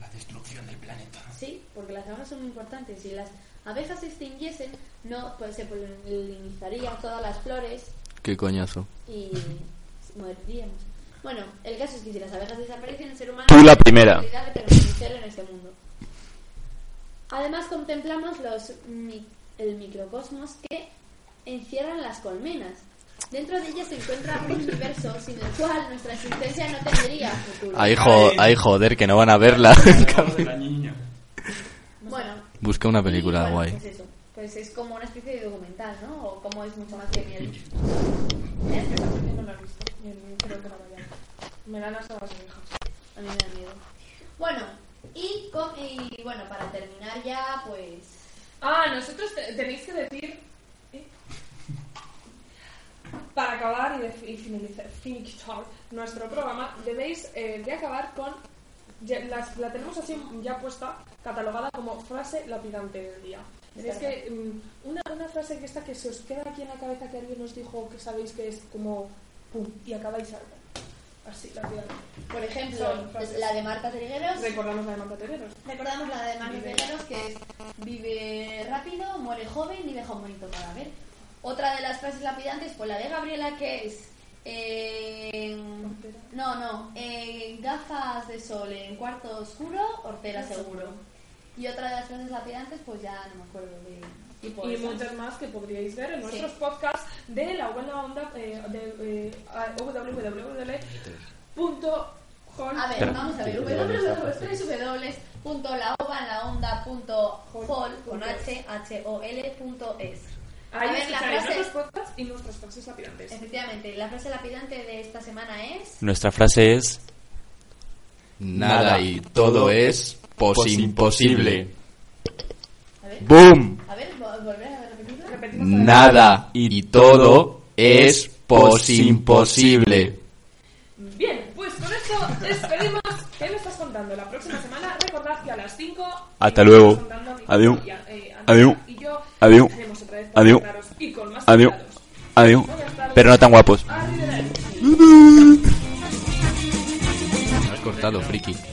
Speaker 1: La destrucción del planeta. Sí, porque las abejas son muy importantes. Si las abejas se extinguiesen, no, pues se polinizarían todas las flores
Speaker 3: Qué coñazo.
Speaker 1: y moriríamos. Bueno, el caso es que si las abejas desaparecen, el ser humano
Speaker 4: Tú la
Speaker 1: tiene
Speaker 4: primera.
Speaker 1: posibilidad de permanecer en este mundo. Además contemplamos los mi- el microcosmos que encierran las colmenas. Dentro de ellas se encuentra un universo sin el cual nuestra existencia no tendría futuro.
Speaker 3: Ahí, jo- ahí, joder, que no van a verla.
Speaker 1: Bueno,
Speaker 3: Busca una película
Speaker 1: bueno,
Speaker 3: guay.
Speaker 1: Pues, eso. Pues es como una especie de documental, ¿no? O como es mucho más que miel. ¿Eh?
Speaker 2: No lo he visto. Yo no creo que la vaya a ver. Me dan hasta las orejas.
Speaker 1: A mí me da miedo. Bueno, y, con- y bueno, para terminar ya, pues.
Speaker 2: Ah, nosotros te- tenéis que decir. ¿eh? Para acabar y, de- y finalizar, finalizar nuestro programa, debéis eh, de acabar con. ya- las- la tenemos así ya puesta, catalogada como frase lapidante del día. Tenéis que. mm, una, una frase que esta que se os queda aquí en la cabeza que alguien os dijo que sabéis que es como. pum, y acabáis algo. Así, lapidante.
Speaker 1: Por ejemplo,
Speaker 2: Son frases.
Speaker 1: la de Marta Trigueros.
Speaker 2: Recordamos la de Marta Terreros.
Speaker 1: Recordamos la de Marta Trigueros que es vive rápido, muere joven y deja un bonito cadáver. Otra de las frases lapidantes fue la de Gabriela que es. eh, no, no, eh, gafas de sol en cuarto oscuro, hortera seguro. Y otra de las frases lapidantes, pues ya no me acuerdo de. tipo
Speaker 2: y
Speaker 1: esas.
Speaker 2: muchas más que podríais ver en
Speaker 1: Sí.
Speaker 2: nuestros podcasts de la buena onda eh, de eh, a- www.com.
Speaker 1: A ver, vamos a ver. www.laovanlaonda.hol con h h o l punto es.
Speaker 2: Ahí
Speaker 1: a ver, la
Speaker 2: escucharéis
Speaker 1: frase-
Speaker 2: nuestros podcasts y nuestras frases lapidantes.
Speaker 1: Efectivamente, la frase lapidante de esta semana es
Speaker 4: Nuestra frase es
Speaker 3: Nada,
Speaker 4: Nada.
Speaker 3: y todo es pos Pues imposible.
Speaker 1: a ver,
Speaker 3: ¡Boom!
Speaker 1: a ver, vol- volver a repetirlo.
Speaker 2: Repetimos la-
Speaker 3: Nada y todo es pos imposible.
Speaker 2: Bien, pues con esto despedimos. ¿Qué me estás contando? La próxima semana recordad que a las 5.
Speaker 4: Hasta luego. Adiós.
Speaker 2: eh,
Speaker 4: Adiós. Adiós. Adiós.
Speaker 2: Adiós.
Speaker 4: adiós, adiós, pero no tan guapos.
Speaker 3: Me has cortado, friki.